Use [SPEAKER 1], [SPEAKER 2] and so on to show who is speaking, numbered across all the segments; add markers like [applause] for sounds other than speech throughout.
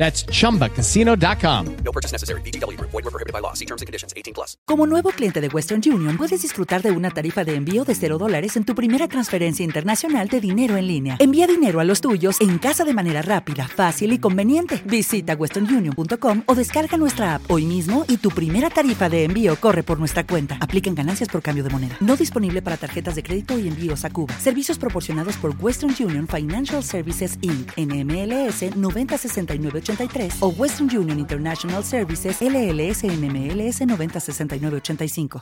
[SPEAKER 1] That's chumbacasino.com.
[SPEAKER 2] No purchase necessary. BGW. Void were prohibited by law. See terms and conditions. 18 plus.
[SPEAKER 3] Como nuevo cliente de Western Union, puedes disfrutar de una tarifa de envío de 0 dólares en tu primera transferencia internacional de dinero en línea. Envía dinero a los tuyos en casa de manera rápida, fácil y conveniente. Visita westernunion.com o descarga nuestra app hoy mismo y tu primera tarifa de envío corre por nuestra cuenta. Aplican ganancias por cambio de moneda. No disponible para tarjetas de crédito y envíos a Cuba. Servicios proporcionados por Western Union Financial Services Inc. NMLS 906983 o Western Union International Services LLS NMLS 906985.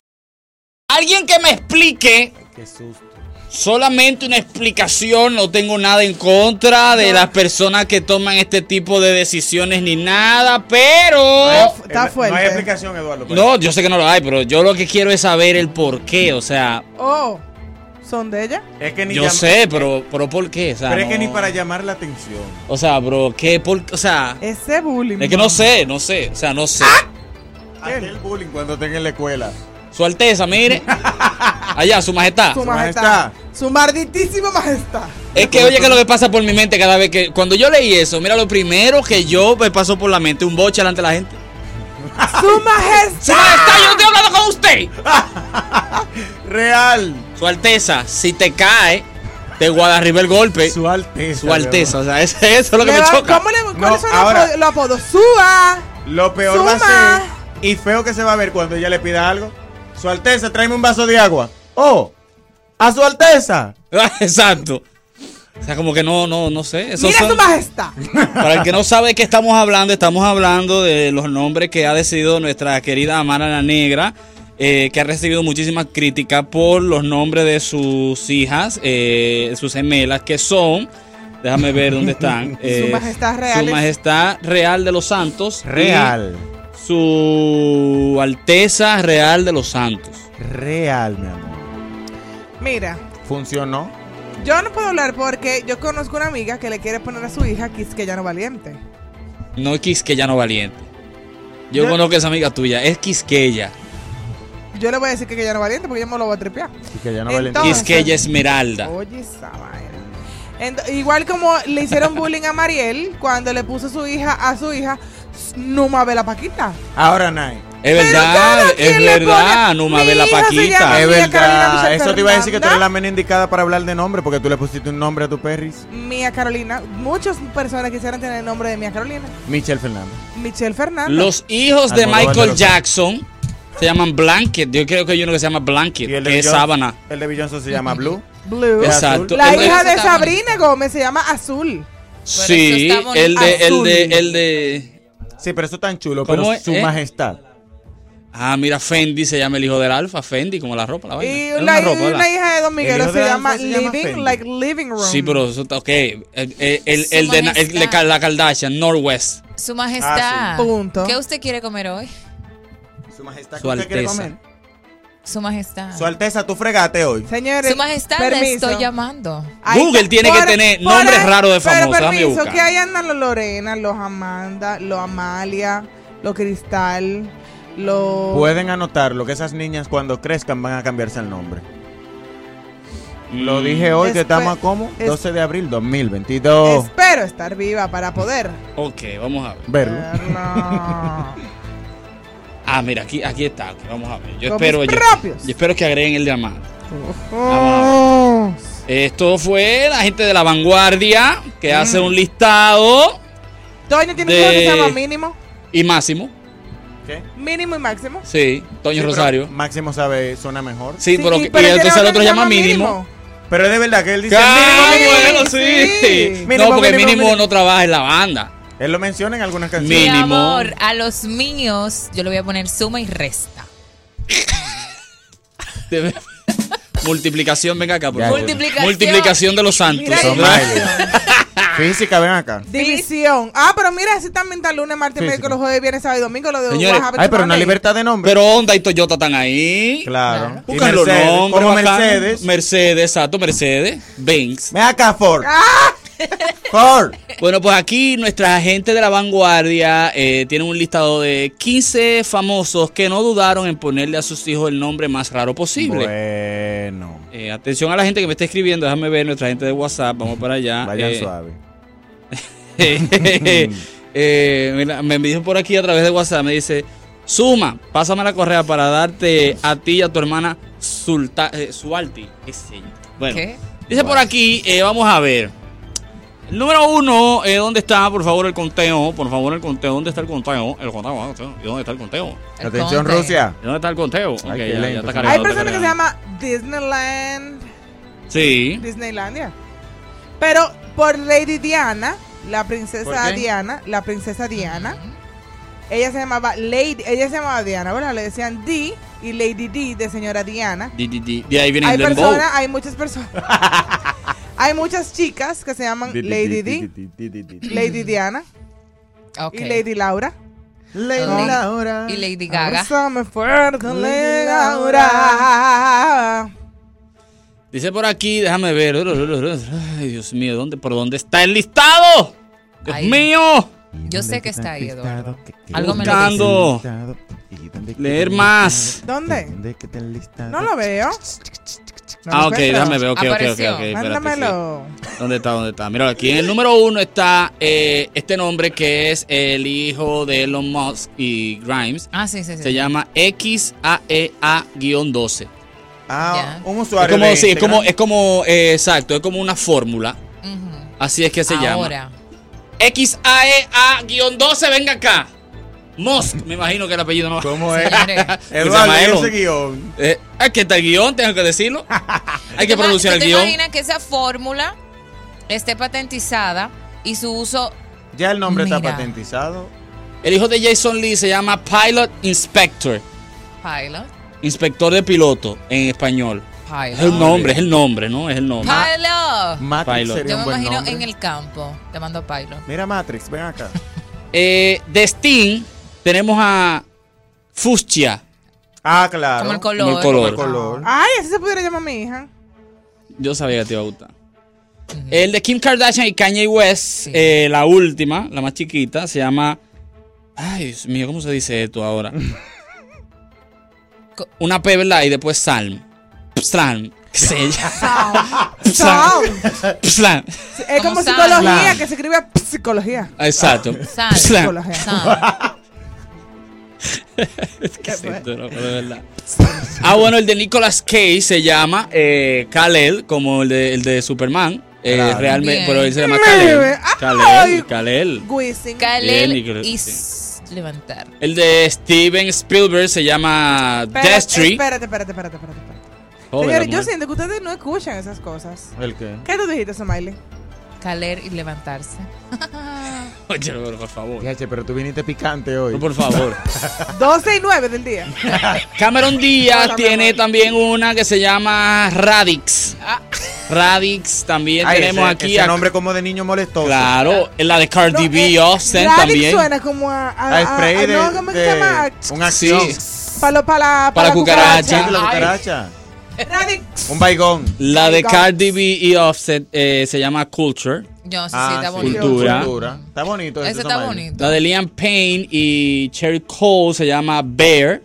[SPEAKER 4] Alguien que me explique. Solamente una explicación, no tengo nada en contra de las personas que toman este tipo de decisiones ni nada, pero...
[SPEAKER 5] Está fuerte.
[SPEAKER 6] No hay explicación, Eduardo. pues. para
[SPEAKER 4] No, yo sé que no lo hay, pero yo lo que quiero es saber el por qué, o sea,
[SPEAKER 5] Oh, ¿son de ella?
[SPEAKER 6] eso. Es que ni
[SPEAKER 4] yo
[SPEAKER 6] llam-
[SPEAKER 4] sé, pero, pero ¿por qué? O sea,
[SPEAKER 6] Pero es
[SPEAKER 4] no-
[SPEAKER 6] que ni para llamar la atención.
[SPEAKER 4] O sea, bro, ¿qué? Por, o sea,
[SPEAKER 5] Ese bullying.
[SPEAKER 4] es que no sé, no sé, o sea, no sé.
[SPEAKER 6] Haz el bullying cuando estén en la escuela.
[SPEAKER 4] Su Alteza,
[SPEAKER 6] [laughs]
[SPEAKER 4] mire. Allá, su majestad.
[SPEAKER 5] Su
[SPEAKER 6] Su
[SPEAKER 5] majestad.
[SPEAKER 6] majestad.
[SPEAKER 5] Su marditísima majestad.
[SPEAKER 4] Es que oye que es lo que pasa por mi mente cada vez que cuando yo leí eso, mira lo primero que yo me pasó por la mente, un boche delante de la gente. Ah.
[SPEAKER 5] Su majestad.
[SPEAKER 4] ¡Su majestad, yo no estoy hablando con usted!
[SPEAKER 6] Real.
[SPEAKER 4] Su Alteza, si te cae, te guadarriba el golpe. Su,
[SPEAKER 6] Su Alteza.
[SPEAKER 4] Alteza, o sea, es- eso es lo que
[SPEAKER 5] Le
[SPEAKER 4] me
[SPEAKER 5] va-
[SPEAKER 4] choca.
[SPEAKER 5] ¿Cómo le, ¿Cuáles
[SPEAKER 6] No,
[SPEAKER 5] son
[SPEAKER 6] ahora-
[SPEAKER 5] los apodos- los apodos? Suba.
[SPEAKER 6] mi amor. Lo peor va a
[SPEAKER 5] Suma.
[SPEAKER 6] ser. Y feo que se va a ver cuando ella le pida algo. Su Alteza, tráeme un vaso de agua. Oh, a su Alteza.
[SPEAKER 4] [laughs] Exacto. O sea, como que no, no, no sé. Esos
[SPEAKER 5] Mira
[SPEAKER 4] son-
[SPEAKER 5] su majestad.
[SPEAKER 4] Para el que no sabe de qué estamos hablando, estamos hablando de los nombres que ha decidido nuestra querida Amara la Negra, eh, que ha recibido muchísimas críticas por los nombres de sus hijas, eh, sus gemelas, que son, déjame ver dónde están, eh,
[SPEAKER 5] Majestad Real
[SPEAKER 4] Su
[SPEAKER 5] es-
[SPEAKER 4] Majestad Real de los Santos. y
[SPEAKER 6] Real.
[SPEAKER 4] Su Alteza Real de los Santos.
[SPEAKER 6] Real, mi amor.
[SPEAKER 5] Mira,
[SPEAKER 6] ¿Funcionó?
[SPEAKER 5] yo no puedo hablar porque yo conozco una amiga que le quiere poner a su hija Kiss que ya no valiente.
[SPEAKER 4] No es Quisqueya no valiente. Yo
[SPEAKER 5] No.
[SPEAKER 4] conozco a esa amiga tuya, es Quisqueya,
[SPEAKER 5] Yo le voy a decir que ya no valiente porque yo me lo voy a tripear.
[SPEAKER 6] Así que ya no
[SPEAKER 5] Entonces-
[SPEAKER 6] vale
[SPEAKER 4] Quisqueya Esmeralda.
[SPEAKER 5] Oye, esa vaina. Ent- igual como le hicieron bullying a Mariel cuando le puso su hija a su hija, s- Numa Bela Paquita.
[SPEAKER 6] Ahora, Nai.
[SPEAKER 4] Es verdad, es verdad, Numa
[SPEAKER 5] ve
[SPEAKER 4] Bela Paquita.
[SPEAKER 6] Es verdad. Eso te iba a decir que tú eres la mena indicada para hablar de nombre porque tú le pusiste un nombre a tu perris.
[SPEAKER 5] Mía Carolina. Muchas personas quisieran tener el nombre de Mía Carolina.
[SPEAKER 6] Michelle Fernández.
[SPEAKER 5] Michelle Fernández.
[SPEAKER 4] Los hijos de
[SPEAKER 6] Almodóvar de
[SPEAKER 4] Michael
[SPEAKER 6] los-
[SPEAKER 4] Jackson se llaman Blanket. Yo creo que hay uno que se llama Blanket, que es
[SPEAKER 6] Beyoncé-
[SPEAKER 4] sábana.
[SPEAKER 6] El de Beyoncé se llama Blue.
[SPEAKER 5] Blue.
[SPEAKER 6] Es
[SPEAKER 4] Exacto.
[SPEAKER 5] La
[SPEAKER 4] El de-
[SPEAKER 5] hija de
[SPEAKER 7] Ese tamaño.
[SPEAKER 5] Sabrina Gómez se llama Azul.
[SPEAKER 4] Sí,
[SPEAKER 7] eso está
[SPEAKER 4] el de, el
[SPEAKER 5] bonito.
[SPEAKER 4] de, el de.
[SPEAKER 6] Sí, pero eso es tan chulo.
[SPEAKER 4] ¿Cómo
[SPEAKER 6] Pero
[SPEAKER 4] es?
[SPEAKER 6] su
[SPEAKER 4] ¿Eh?
[SPEAKER 6] majestad.
[SPEAKER 4] Ah, mira, Fendi se llama el hijo del Alfa, Fendi, como la ropa, la vaina.
[SPEAKER 5] Y
[SPEAKER 4] Era
[SPEAKER 5] la,
[SPEAKER 4] una ropa,
[SPEAKER 5] y
[SPEAKER 4] ¿verdad?
[SPEAKER 5] una hija de Don Miguel
[SPEAKER 6] hijo
[SPEAKER 5] se
[SPEAKER 6] de Alfa
[SPEAKER 5] llama
[SPEAKER 6] se llama
[SPEAKER 5] Living
[SPEAKER 6] Fendi.
[SPEAKER 5] Like Living Room.
[SPEAKER 4] Sí, pero eso está ok. El, el, el, el de, na- el de
[SPEAKER 7] Majestad.
[SPEAKER 4] la Kardashian, Northwest.
[SPEAKER 7] Su majestad.
[SPEAKER 5] Punto.
[SPEAKER 7] ¿Qué usted quiere comer hoy?
[SPEAKER 6] Su majestad.
[SPEAKER 4] Su
[SPEAKER 6] ¿qué usted quiere
[SPEAKER 4] Alteza.
[SPEAKER 6] comer?
[SPEAKER 7] Su majestad.
[SPEAKER 6] Su Alteza, tú fregaste hoy.
[SPEAKER 3] Señores,
[SPEAKER 7] Su majestad le
[SPEAKER 3] permiso.
[SPEAKER 7] estoy llamando.
[SPEAKER 4] Google tiene que
[SPEAKER 3] Por-
[SPEAKER 4] tener
[SPEAKER 3] por
[SPEAKER 4] nombres
[SPEAKER 3] ahí-
[SPEAKER 4] raros de
[SPEAKER 3] Pero
[SPEAKER 4] famosos. Dame
[SPEAKER 3] permiso,
[SPEAKER 4] buscar.
[SPEAKER 3] que ahí andan los Lorena, los Amanda, los Amalia, los Cristal, los...
[SPEAKER 6] Pueden anotarlo que esas niñas cuando crezcan van a cambiarse el nombre.
[SPEAKER 4] Mm.
[SPEAKER 6] Lo dije hoy que
[SPEAKER 3] Espe-
[SPEAKER 6] estamos a como
[SPEAKER 3] es-
[SPEAKER 6] 12 de abril 2022.
[SPEAKER 3] Espero estar viva para poder.
[SPEAKER 4] Ok, vamos a ver.
[SPEAKER 6] Verlo.
[SPEAKER 4] [laughs] Ah, mira, aquí, aquí está. ok, vamos a ver. Yo
[SPEAKER 3] Con
[SPEAKER 4] espero,
[SPEAKER 3] mis
[SPEAKER 4] yo,
[SPEAKER 3] propios.
[SPEAKER 4] yo espero que agreguen el de Amanda.
[SPEAKER 3] Oh.
[SPEAKER 4] Esto fue la gente de la vanguardia que hace un listado
[SPEAKER 3] Toño tiene un
[SPEAKER 4] De-
[SPEAKER 3] juego que se llama Mínimo.
[SPEAKER 4] y máximo.
[SPEAKER 3] Mínimo y Máximo.
[SPEAKER 4] Sí, Toño
[SPEAKER 6] pero
[SPEAKER 4] Rosario.
[SPEAKER 6] Máximo sabe, suena mejor.
[SPEAKER 4] Sí, Sí, pero- y- pero y él entonces tiene el otro otro que llama llama mínimo. mínimo.
[SPEAKER 6] Pero es de verdad que él dice
[SPEAKER 4] Ah,
[SPEAKER 6] mínimo, mínimo,
[SPEAKER 4] bueno, sí.
[SPEAKER 6] sí.
[SPEAKER 4] no, porque mínimo, no trabaja en la banda.
[SPEAKER 6] Él lo menciona en algunas canciones.
[SPEAKER 7] Mi amor, a los míos yo le voy a poner suma y resta.
[SPEAKER 4] Debe- [laughs] Multiplicación, venga acá, por
[SPEAKER 6] Ya,
[SPEAKER 4] favor.
[SPEAKER 7] Multiplicación.
[SPEAKER 4] Multiplicación de los santos.
[SPEAKER 3] Mira,
[SPEAKER 4] Son
[SPEAKER 3] mira.
[SPEAKER 4] varios.
[SPEAKER 6] Física, ven acá.
[SPEAKER 3] División. Ah, pero mira, así también está lunes, martes,
[SPEAKER 4] Sí, sí.
[SPEAKER 3] miércoles, jueves, viernes, sábado y domingo. Lo de
[SPEAKER 4] Señores,
[SPEAKER 3] What Happened
[SPEAKER 4] ay, pero
[SPEAKER 3] to
[SPEAKER 4] una
[SPEAKER 3] Monday.
[SPEAKER 6] libertad de nombre.
[SPEAKER 4] Pero Honda y Toyota están ahí.
[SPEAKER 6] Claro.
[SPEAKER 4] Buscan
[SPEAKER 6] Y
[SPEAKER 4] los
[SPEAKER 6] Mercedes,
[SPEAKER 4] nombres.
[SPEAKER 6] como
[SPEAKER 4] bacán.
[SPEAKER 6] Mercedes.
[SPEAKER 4] Mercedes, exacto, Mercedes. Benz.
[SPEAKER 6] Ven acá, Ford.
[SPEAKER 4] Bueno, pues aquí nuestra gente de la vanguardia eh, tiene un listado de 15 famosos que no dudaron en ponerle a sus hijos el nombre más raro posible.
[SPEAKER 6] Bueno.
[SPEAKER 4] Eh, atención a la gente que me está escribiendo, déjame ver nuestra gente de WhatsApp, vamos para allá.
[SPEAKER 6] Vayan
[SPEAKER 4] Eh,
[SPEAKER 6] suave.
[SPEAKER 4] [laughs] Eh, mira, me dijo por aquí a través de WhatsApp, me dice, suma, pásame la correa para darte a ti y a tu hermana Sulta, eh, Sualti. Qué sé yo. Bueno,
[SPEAKER 7] ¿Qué?
[SPEAKER 4] dice por aquí, eh, vamos a ver. Número uno, eh, ¿dónde está, por favor, el conteo? Por favor, el conteo. ¿Dónde está el conteo? El conteo, el conteo. ¿Y dónde está el conteo?
[SPEAKER 6] Atención, Rusia.
[SPEAKER 4] ¿Y ¿Dónde está el conteo? Ok, ya-
[SPEAKER 6] qué
[SPEAKER 4] ya
[SPEAKER 6] lento.
[SPEAKER 4] está cargado,
[SPEAKER 3] Hay
[SPEAKER 4] está
[SPEAKER 3] personas que se
[SPEAKER 4] cargado.
[SPEAKER 3] llama Disneyland,
[SPEAKER 4] Sí.
[SPEAKER 3] Disneylandia. Pero por Lady Diana, la princesa
[SPEAKER 4] ¿Por qué?
[SPEAKER 3] Diana, la princesa Diana, ella se llamaba Lady, ella se llamaba Diana, ¿verdad? Le decían D y Lady D de señora Diana.
[SPEAKER 4] Di- di- di- De ahí viene
[SPEAKER 3] hay
[SPEAKER 4] el dembow.
[SPEAKER 3] personas, hay muchas personas. [laughs] hay muchas chicas que se llaman Lady D, Lady Diana
[SPEAKER 7] Ok.
[SPEAKER 3] y Lady Laura.
[SPEAKER 7] Lady
[SPEAKER 3] Laura.
[SPEAKER 7] Y Lady Gaga.
[SPEAKER 3] Abrazame fuerte, Lady Laura.
[SPEAKER 4] Dice por aquí, déjame ver. Ay, Dios mío, ¿dónde, ¿por dónde está el listado? Dios
[SPEAKER 7] Ahí.
[SPEAKER 4] mío.
[SPEAKER 7] Yo sé que está ahí, Eduardo. Algo me lo dice.
[SPEAKER 4] Buscando. Leer más.
[SPEAKER 3] ¿Dónde? No lo veo. No
[SPEAKER 4] Ah,
[SPEAKER 3] lo
[SPEAKER 4] ok,
[SPEAKER 3] veo.
[SPEAKER 4] déjame ver. Ok, ok, ok, ok.
[SPEAKER 3] Apareció.
[SPEAKER 4] Eh, espérate,
[SPEAKER 3] Mándamelo.
[SPEAKER 4] sí. ¿Dónde está? ¿Dónde está? Mira, aquí en el número uno está eh, este nombre que es el hijo de Elon Musk y Grimes.
[SPEAKER 7] Ah, sí, sí, sí.
[SPEAKER 4] Se llama E XAEA-12.
[SPEAKER 6] Ah, un
[SPEAKER 4] Es
[SPEAKER 6] usuario.
[SPEAKER 4] como,
[SPEAKER 6] de
[SPEAKER 4] sí, es
[SPEAKER 6] Instagram.
[SPEAKER 4] como, es como, eh, exacto, es como una fórmula. Así es que se llama. E
[SPEAKER 7] Ahora.
[SPEAKER 4] XAEA-12, venga acá. Musk, me imagino que el apellido no
[SPEAKER 6] ¿Cómo es?
[SPEAKER 4] [laughs] Se
[SPEAKER 6] Eduardo, oh.
[SPEAKER 4] llama
[SPEAKER 6] ¿y
[SPEAKER 4] Elon.
[SPEAKER 6] ese guión.
[SPEAKER 4] Eh, aquí está el guión, tengo que
[SPEAKER 6] [laughs]
[SPEAKER 4] decirlo. Hay que
[SPEAKER 7] ¿Tú te
[SPEAKER 4] pronunciar
[SPEAKER 7] ima-
[SPEAKER 4] el
[SPEAKER 7] tú
[SPEAKER 4] guión.
[SPEAKER 7] ¿Te imaginas que esa fórmula esté patentizada y su uso
[SPEAKER 6] Ya el nombre está
[SPEAKER 7] Mira.
[SPEAKER 6] patentizado.
[SPEAKER 4] El hijo de Jason Lee se llama Pilot Inspector.
[SPEAKER 7] pilot?
[SPEAKER 4] Inspector de piloto en español.
[SPEAKER 7] Pilot.
[SPEAKER 4] Es el nombre, es el nombre, ¿no? Es el nombre. Ah. Mm,
[SPEAKER 7] Pilot.
[SPEAKER 6] Matrix
[SPEAKER 4] Pilot.
[SPEAKER 6] sería
[SPEAKER 7] Yo
[SPEAKER 6] un
[SPEAKER 7] me
[SPEAKER 6] buen
[SPEAKER 7] imagino
[SPEAKER 6] nombre.
[SPEAKER 7] en el campo llamando a Pilot.
[SPEAKER 6] Mira Matrix, ven acá.
[SPEAKER 4] Eh, de Steam tenemos a Fuschia.
[SPEAKER 6] Ah, claro.
[SPEAKER 7] Como el Ah. color. Como el
[SPEAKER 4] color.
[SPEAKER 6] Como el color.
[SPEAKER 3] Ay, así se pudiera llamar mi hija.
[SPEAKER 4] Yo sabía que te iba a gustar. El de Kim Kardashian y Kanye West, eh, la última, la más chiquita, se llama. Ay, Dios mío, ¿cómo se dice esto ahora? Co- Una P, ¿verdad? Y después Salm. Psalm. ¿Qué sé yo? Psalm. Psalm.
[SPEAKER 3] Es como
[SPEAKER 7] Como Sam.
[SPEAKER 3] psicología,
[SPEAKER 4] Claro.
[SPEAKER 3] que se escribe psicología.
[SPEAKER 4] Exacto.
[SPEAKER 7] Sam.
[SPEAKER 4] Psalm.
[SPEAKER 3] Psicología.
[SPEAKER 4] [laughs] ¿Qué es esto, loco? De verdad. Ah, bueno, el de Nicolas Cage se llama eh, Kal-El, como el de, el de Superman. Eh,
[SPEAKER 6] Claro.
[SPEAKER 4] Realmente,
[SPEAKER 7] Bien.
[SPEAKER 4] pero él se llama Kal-El. Kal-El. Kal-El.
[SPEAKER 3] Wisin.
[SPEAKER 7] Kalel
[SPEAKER 4] Bien, Nicole,
[SPEAKER 7] y
[SPEAKER 4] sí.
[SPEAKER 7] s- levantar.
[SPEAKER 4] El de Steven Spielberg se llama
[SPEAKER 3] Espérate,
[SPEAKER 4] Destry.
[SPEAKER 3] Espérate, espérate, espérate, espérate. espérate.
[SPEAKER 4] Joder,
[SPEAKER 3] Señores, yo
[SPEAKER 4] amor.
[SPEAKER 3] siento que ustedes no escuchan esas cosas.
[SPEAKER 6] ¿El qué?
[SPEAKER 3] ¿Qué tú dijiste, Somaile?
[SPEAKER 7] Caler y levantarse.
[SPEAKER 4] Oye, pero por favor.
[SPEAKER 6] Yache, pero tú viniste picante hoy.
[SPEAKER 4] No, por favor.
[SPEAKER 3] 12 y 9 del día.
[SPEAKER 4] [laughs] Cameron Díaz
[SPEAKER 3] Hola, mi
[SPEAKER 4] tiene también una que se llama Radix.
[SPEAKER 3] Ah.
[SPEAKER 4] Radix también
[SPEAKER 6] Ay,
[SPEAKER 4] tenemos
[SPEAKER 6] ese-
[SPEAKER 4] aquí.
[SPEAKER 6] Ese
[SPEAKER 4] a-
[SPEAKER 6] nombre como de niño molestoso.
[SPEAKER 4] Claro, la de Cardi
[SPEAKER 3] No,
[SPEAKER 4] B,
[SPEAKER 3] eh,
[SPEAKER 4] Offset
[SPEAKER 3] Radix
[SPEAKER 4] también.
[SPEAKER 3] suena como a. a-
[SPEAKER 6] A
[SPEAKER 3] a-
[SPEAKER 6] spray
[SPEAKER 7] Ah,
[SPEAKER 3] a-
[SPEAKER 6] de,
[SPEAKER 3] no, ¿cómo es que
[SPEAKER 6] de-
[SPEAKER 3] se llama?
[SPEAKER 6] un acción.
[SPEAKER 4] Sí.
[SPEAKER 3] Para lo- para la,
[SPEAKER 4] Para
[SPEAKER 3] la
[SPEAKER 4] cucaracha.
[SPEAKER 6] La cucaracha.
[SPEAKER 3] Nadie-
[SPEAKER 6] Un baigón.
[SPEAKER 4] La de
[SPEAKER 3] Baigón.
[SPEAKER 4] Cardi B y Offset eh, se llama Culture.
[SPEAKER 7] Yo, sí,
[SPEAKER 6] Ah,
[SPEAKER 7] sí, está
[SPEAKER 6] sí.
[SPEAKER 7] bonito.
[SPEAKER 4] Cultura.
[SPEAKER 6] Está bonito.
[SPEAKER 7] Ese está bonito.
[SPEAKER 4] La de Liam Payne y Cherry Cole se llama Bear.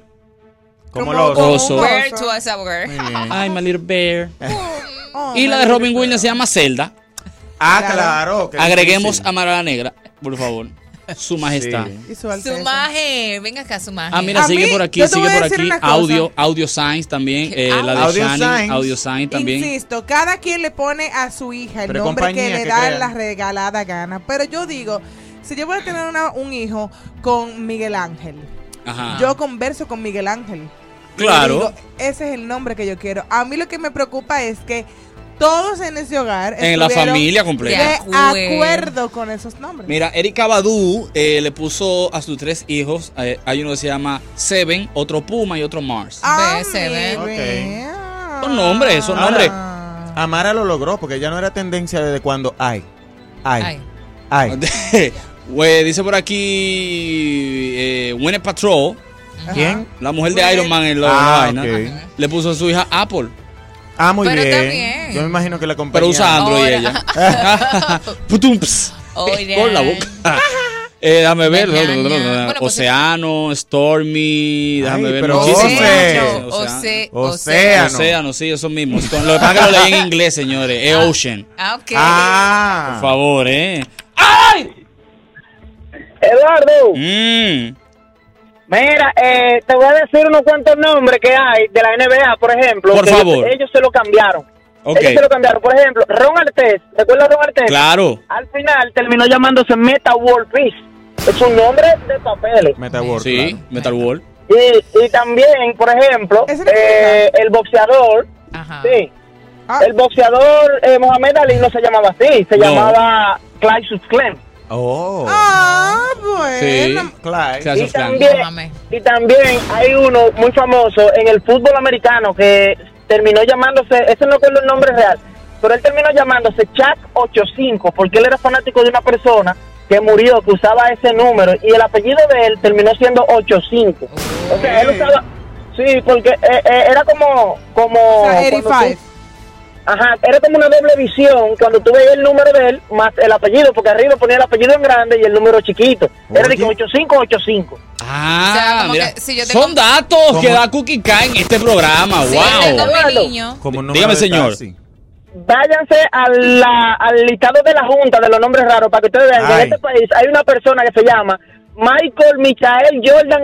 [SPEAKER 6] Como el oso.
[SPEAKER 4] Oso.
[SPEAKER 7] Where to us a burger.
[SPEAKER 4] I'm a little bear.
[SPEAKER 3] Oh,
[SPEAKER 4] Y la de Robin Williams se llama Zelda.
[SPEAKER 6] Ah, claro. qué
[SPEAKER 4] Agreguemos
[SPEAKER 6] difícil.
[SPEAKER 4] a Mara Negra, por favor. Su majestad.
[SPEAKER 3] Y su alteza.
[SPEAKER 7] Sumaje, venga acá, sumaje.
[SPEAKER 4] Ah, mira,
[SPEAKER 3] A
[SPEAKER 4] sigue
[SPEAKER 3] mí,
[SPEAKER 4] por aquí,
[SPEAKER 3] yo te voy
[SPEAKER 4] sigue
[SPEAKER 3] a
[SPEAKER 4] por
[SPEAKER 3] decir
[SPEAKER 4] aquí.
[SPEAKER 3] una cosa. Ah,
[SPEAKER 4] Audio, Audio Science también. eh, la de
[SPEAKER 6] Audio
[SPEAKER 4] Shannon,
[SPEAKER 6] Science.
[SPEAKER 4] Audio Science también.
[SPEAKER 3] Insisto, cada quien le pone a su hija el
[SPEAKER 4] Pero
[SPEAKER 3] nombre que
[SPEAKER 4] compañía
[SPEAKER 3] le
[SPEAKER 4] que
[SPEAKER 3] da
[SPEAKER 4] crean.
[SPEAKER 3] la regalada gana. Pero yo digo, si yo voy a tener una- un hijo con Miguel Ángel,
[SPEAKER 4] Ajá.
[SPEAKER 3] yo converso con Miguel Ángel.
[SPEAKER 4] Ah. Claro.
[SPEAKER 3] Y digo, ese es el nombre que yo quiero. A mí lo que me preocupa es que todos en ese hogar
[SPEAKER 4] En la
[SPEAKER 3] estuvieron
[SPEAKER 4] familia completa.
[SPEAKER 3] De acuerdo con esos nombres.
[SPEAKER 4] Mira, Erika Badu eh, le puso a sus tres hijos. eh, hay uno que se llama Seven, otro Puma y otro Mars.
[SPEAKER 3] Ah,
[SPEAKER 7] Ve, se ve.
[SPEAKER 6] Ok.
[SPEAKER 4] Son nombres, son
[SPEAKER 6] Ahora,
[SPEAKER 4] nombres. [laughs]
[SPEAKER 3] Ah.
[SPEAKER 6] Amara lo logró porque ya no era tendencia desde cuando hay. Hay.
[SPEAKER 7] Ay.
[SPEAKER 6] Hay.
[SPEAKER 4] Güey, dice por aquí eh, Winnie Patrol,
[SPEAKER 6] ¿Quién?
[SPEAKER 4] la mujer de Iron Man en la
[SPEAKER 6] Ah,
[SPEAKER 4] vaina,
[SPEAKER 6] ok.
[SPEAKER 4] le puso a su hija Apple.
[SPEAKER 6] Ah, muy
[SPEAKER 7] Pero
[SPEAKER 6] bien.
[SPEAKER 7] está bien.
[SPEAKER 6] Yo me imagino que la compañía.
[SPEAKER 4] Pero usa Android
[SPEAKER 7] Ahora. [laughs]
[SPEAKER 4] ella. [laughs] Putum, ps.
[SPEAKER 7] Oigan.
[SPEAKER 4] Por la boca. [laughs] Eh, déjame ver.
[SPEAKER 7] Mañana. Bueno, pues-
[SPEAKER 4] Océano, Stormy. Déjame ver.
[SPEAKER 6] pero
[SPEAKER 4] muchísimas.
[SPEAKER 6] Oce.
[SPEAKER 4] Océano,
[SPEAKER 7] Oce-
[SPEAKER 6] Océano.
[SPEAKER 4] Océano, sí, esos mismos. Storm- Lo que pasa es que lo leí en inglés, señores. Es Ocean.
[SPEAKER 7] Ah, ok.
[SPEAKER 6] Ah.
[SPEAKER 4] Por favor, ¿eh?
[SPEAKER 1] Eduardo,
[SPEAKER 4] Mm.
[SPEAKER 1] mira, eh, te voy a decir unos cuantos nombres que hay de la NBA, por ejemplo.
[SPEAKER 4] Por
[SPEAKER 1] que ellos-
[SPEAKER 4] favor.
[SPEAKER 1] Ellos, se lo cambiaron.
[SPEAKER 4] Ok.
[SPEAKER 1] Ellos se lo cambiaron. Por ejemplo, Ron Artes. ¿Te acuerdas de Ron Artes?
[SPEAKER 4] Claro.
[SPEAKER 1] Al final terminó llamándose Meta World Peace. Es un nombre de papeles.
[SPEAKER 6] Meta World,
[SPEAKER 4] Sí,
[SPEAKER 6] claro.
[SPEAKER 4] Metal World.
[SPEAKER 1] Y, y también, por ejemplo, eh, el boxeador.
[SPEAKER 7] Ajá.
[SPEAKER 1] Sí.
[SPEAKER 3] Ah.
[SPEAKER 1] El boxeador eh, Mohamed Ali no se llamaba así. Se
[SPEAKER 4] No.
[SPEAKER 1] llamaba Clyde Clem.
[SPEAKER 6] Oh.
[SPEAKER 3] Ah, bueno.
[SPEAKER 4] Claro,
[SPEAKER 1] Y
[SPEAKER 4] eso, Fran.
[SPEAKER 1] también, y también hay uno muy famoso en el fútbol americano que terminó llamándose, ese no recuerdo el nombre real, pero él terminó llamándose Chuck 85 porque él era fanático de una persona que murió, que usaba ese número y el apellido de él terminó siendo 85. O sea, él usaba... Sí, porque eh, eh, era como... como
[SPEAKER 3] O sea,
[SPEAKER 1] cuando tú-
[SPEAKER 3] 85.
[SPEAKER 1] Ajá, era como una doble visión cuando tú veías el número de él más el apellido, porque arriba ponía el apellido en grande y el número chiquito. Era de que 85, 85.
[SPEAKER 7] O sea,
[SPEAKER 4] Ah,
[SPEAKER 7] como
[SPEAKER 4] mira.
[SPEAKER 7] que si yo te
[SPEAKER 4] Son
[SPEAKER 7] comp-
[SPEAKER 4] datos que da Cookie Kai en este programa.
[SPEAKER 7] Sí,
[SPEAKER 4] wow.
[SPEAKER 7] yo tengo mi niño.
[SPEAKER 6] Como un número
[SPEAKER 4] Dígame,
[SPEAKER 6] de
[SPEAKER 4] señor.
[SPEAKER 6] taxi.
[SPEAKER 1] Váyanse a la- al listado de la Junta de los nombres raros para que ustedes vean que en
[SPEAKER 6] Ay.
[SPEAKER 1] este país hay una persona que se llama Michael Michael Jordan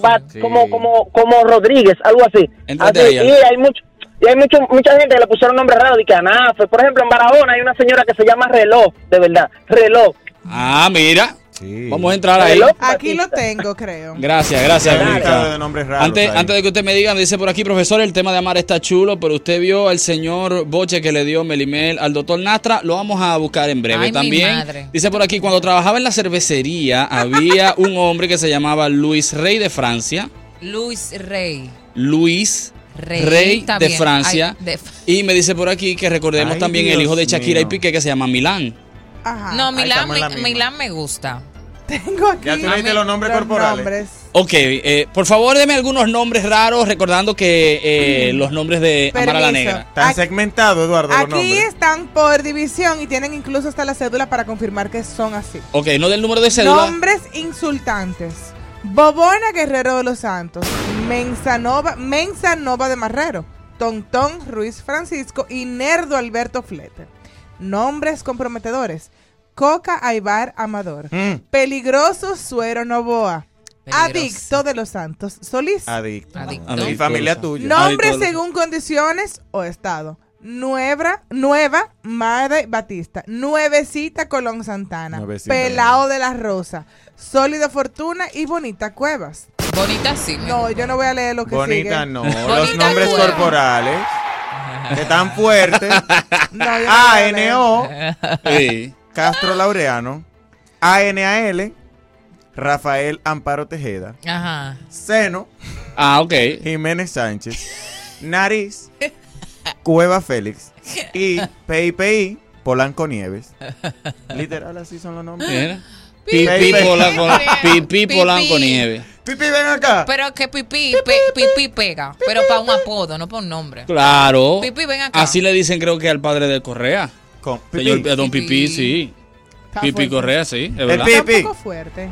[SPEAKER 1] Bat-
[SPEAKER 6] Sí.
[SPEAKER 1] como como como Rodríguez, algo así.
[SPEAKER 4] Entrate
[SPEAKER 1] Así,
[SPEAKER 4] ahí,
[SPEAKER 1] y hay mucho y hay mucho, mucha gente que le pusieron nombres raros de que Anafe. Por ejemplo, en Barahona hay una señora que se llama Reloj, de verdad. Reloj.
[SPEAKER 4] Ah, mira.
[SPEAKER 6] Sí.
[SPEAKER 4] Vamos a entrar ahí.
[SPEAKER 1] Reloj
[SPEAKER 3] Aquí lo
[SPEAKER 1] Batista.
[SPEAKER 3] tengo, creo.
[SPEAKER 4] Gracias, gracias,
[SPEAKER 6] Hay un
[SPEAKER 4] Erika.
[SPEAKER 6] listado de nombres raros
[SPEAKER 4] Antes,
[SPEAKER 6] ahí.
[SPEAKER 4] antes de que usted me diga, me dice por aquí, profesor, el tema de Amar está chulo, pero usted vio al señor Boche que le dio Melimel al doctor Nastra, lo vamos a buscar en breve
[SPEAKER 7] Ay, mi
[SPEAKER 4] también.
[SPEAKER 7] madre.
[SPEAKER 4] Dice por aquí, cuando trabajaba en
[SPEAKER 7] [laughs]
[SPEAKER 4] la cervecería, había un hombre que se llamaba Luis Rey de Francia,
[SPEAKER 7] Luis Rey.
[SPEAKER 4] Luis
[SPEAKER 7] Rey,
[SPEAKER 4] Rey,
[SPEAKER 7] está
[SPEAKER 4] de
[SPEAKER 7] bien.
[SPEAKER 4] Francia,
[SPEAKER 7] Ay, de F-
[SPEAKER 4] y me dice por aquí que recordemos
[SPEAKER 6] Ay,
[SPEAKER 4] también el
[SPEAKER 6] Dios
[SPEAKER 4] hijo de Shakira y
[SPEAKER 6] mío.
[SPEAKER 4] Piqué que se llama Milán.
[SPEAKER 3] Ajá.
[SPEAKER 7] No, Milán
[SPEAKER 6] estamos en
[SPEAKER 7] me,
[SPEAKER 6] la misma.
[SPEAKER 7] Milán me gusta.
[SPEAKER 3] Tengo aquí
[SPEAKER 6] Ya tú leíste
[SPEAKER 7] Mami,
[SPEAKER 6] los nombres
[SPEAKER 3] los
[SPEAKER 6] corporales.
[SPEAKER 3] nombres.
[SPEAKER 4] Ok, eh, por favor, deme algunos nombres raros, recordando que eh, los nombres de Amara la
[SPEAKER 3] Permiso.
[SPEAKER 4] Negra.
[SPEAKER 6] Están
[SPEAKER 3] Aquí-
[SPEAKER 6] segmentados, Eduardo, los
[SPEAKER 3] Aquí
[SPEAKER 6] nombres.
[SPEAKER 3] están por división y tienen incluso hasta la cédula para confirmar que son así.
[SPEAKER 4] Ok, no del número de cédula.
[SPEAKER 3] Nombres insultantes. Bobona Guerrero de los Santos, Mensanova, Mensanova de Marrero, Tontón Ruiz Francisco y Nerdo Alberto Flete. Nombres comprometedores. Coca Aibar Amador,
[SPEAKER 6] Mm.
[SPEAKER 3] Peligroso Suero Novoa,
[SPEAKER 7] Peligroso.
[SPEAKER 3] Adicto de los Santos Solís.
[SPEAKER 6] Adicto.
[SPEAKER 4] Ah,
[SPEAKER 7] Adicto.
[SPEAKER 6] Mi familia tuya.
[SPEAKER 3] Nombre
[SPEAKER 4] Ay, todo.
[SPEAKER 3] según condiciones o estado. Nueva, nueva, Madre Batista. Nuevecita Colón Santana.
[SPEAKER 6] Nuevecita.
[SPEAKER 3] Pelao de la Rosa. Sólido Fortuna y Bonita Cuevas.
[SPEAKER 7] Bonita sí. me
[SPEAKER 3] No,
[SPEAKER 7] gusta.
[SPEAKER 3] yo no voy a leer lo que
[SPEAKER 6] Bonita
[SPEAKER 3] sigue.
[SPEAKER 6] no.
[SPEAKER 7] Bonita
[SPEAKER 6] los nombres
[SPEAKER 7] nueva.
[SPEAKER 6] corporales. Que están
[SPEAKER 7] [laughs]
[SPEAKER 6] fuertes.
[SPEAKER 3] No, yo no voy
[SPEAKER 6] Ah,
[SPEAKER 3] a leer.
[SPEAKER 6] A-N-O.
[SPEAKER 4] Sí.
[SPEAKER 6] Castro Laureano. A-N-A-L. Rafael Amparo Tejeda.
[SPEAKER 7] Ajá.
[SPEAKER 6] Seno.
[SPEAKER 4] Ah, ok.
[SPEAKER 6] Jiménez Sánchez. Nariz. Cueva Félix. Y PIPI. Polanco Nieves. Literal, así son los nombres.
[SPEAKER 4] Mira. Pipi
[SPEAKER 6] Pipi.
[SPEAKER 4] Polanco,
[SPEAKER 7] Pipi.
[SPEAKER 4] Pipi Polanco Nieve.
[SPEAKER 6] Pipi, ven acá.
[SPEAKER 7] Pero que pipí, pe- pipí pega. Pero para un apodo, no para un nombre.
[SPEAKER 4] Claro.
[SPEAKER 7] Pipí, ven acá.
[SPEAKER 4] Así le dicen, creo que al padre de Correa. Señor, a don Pipí, sí.
[SPEAKER 3] Está
[SPEAKER 4] Pipí
[SPEAKER 3] fuerte.
[SPEAKER 4] Correa, sí, es verdad.
[SPEAKER 3] Está un poco fuerte.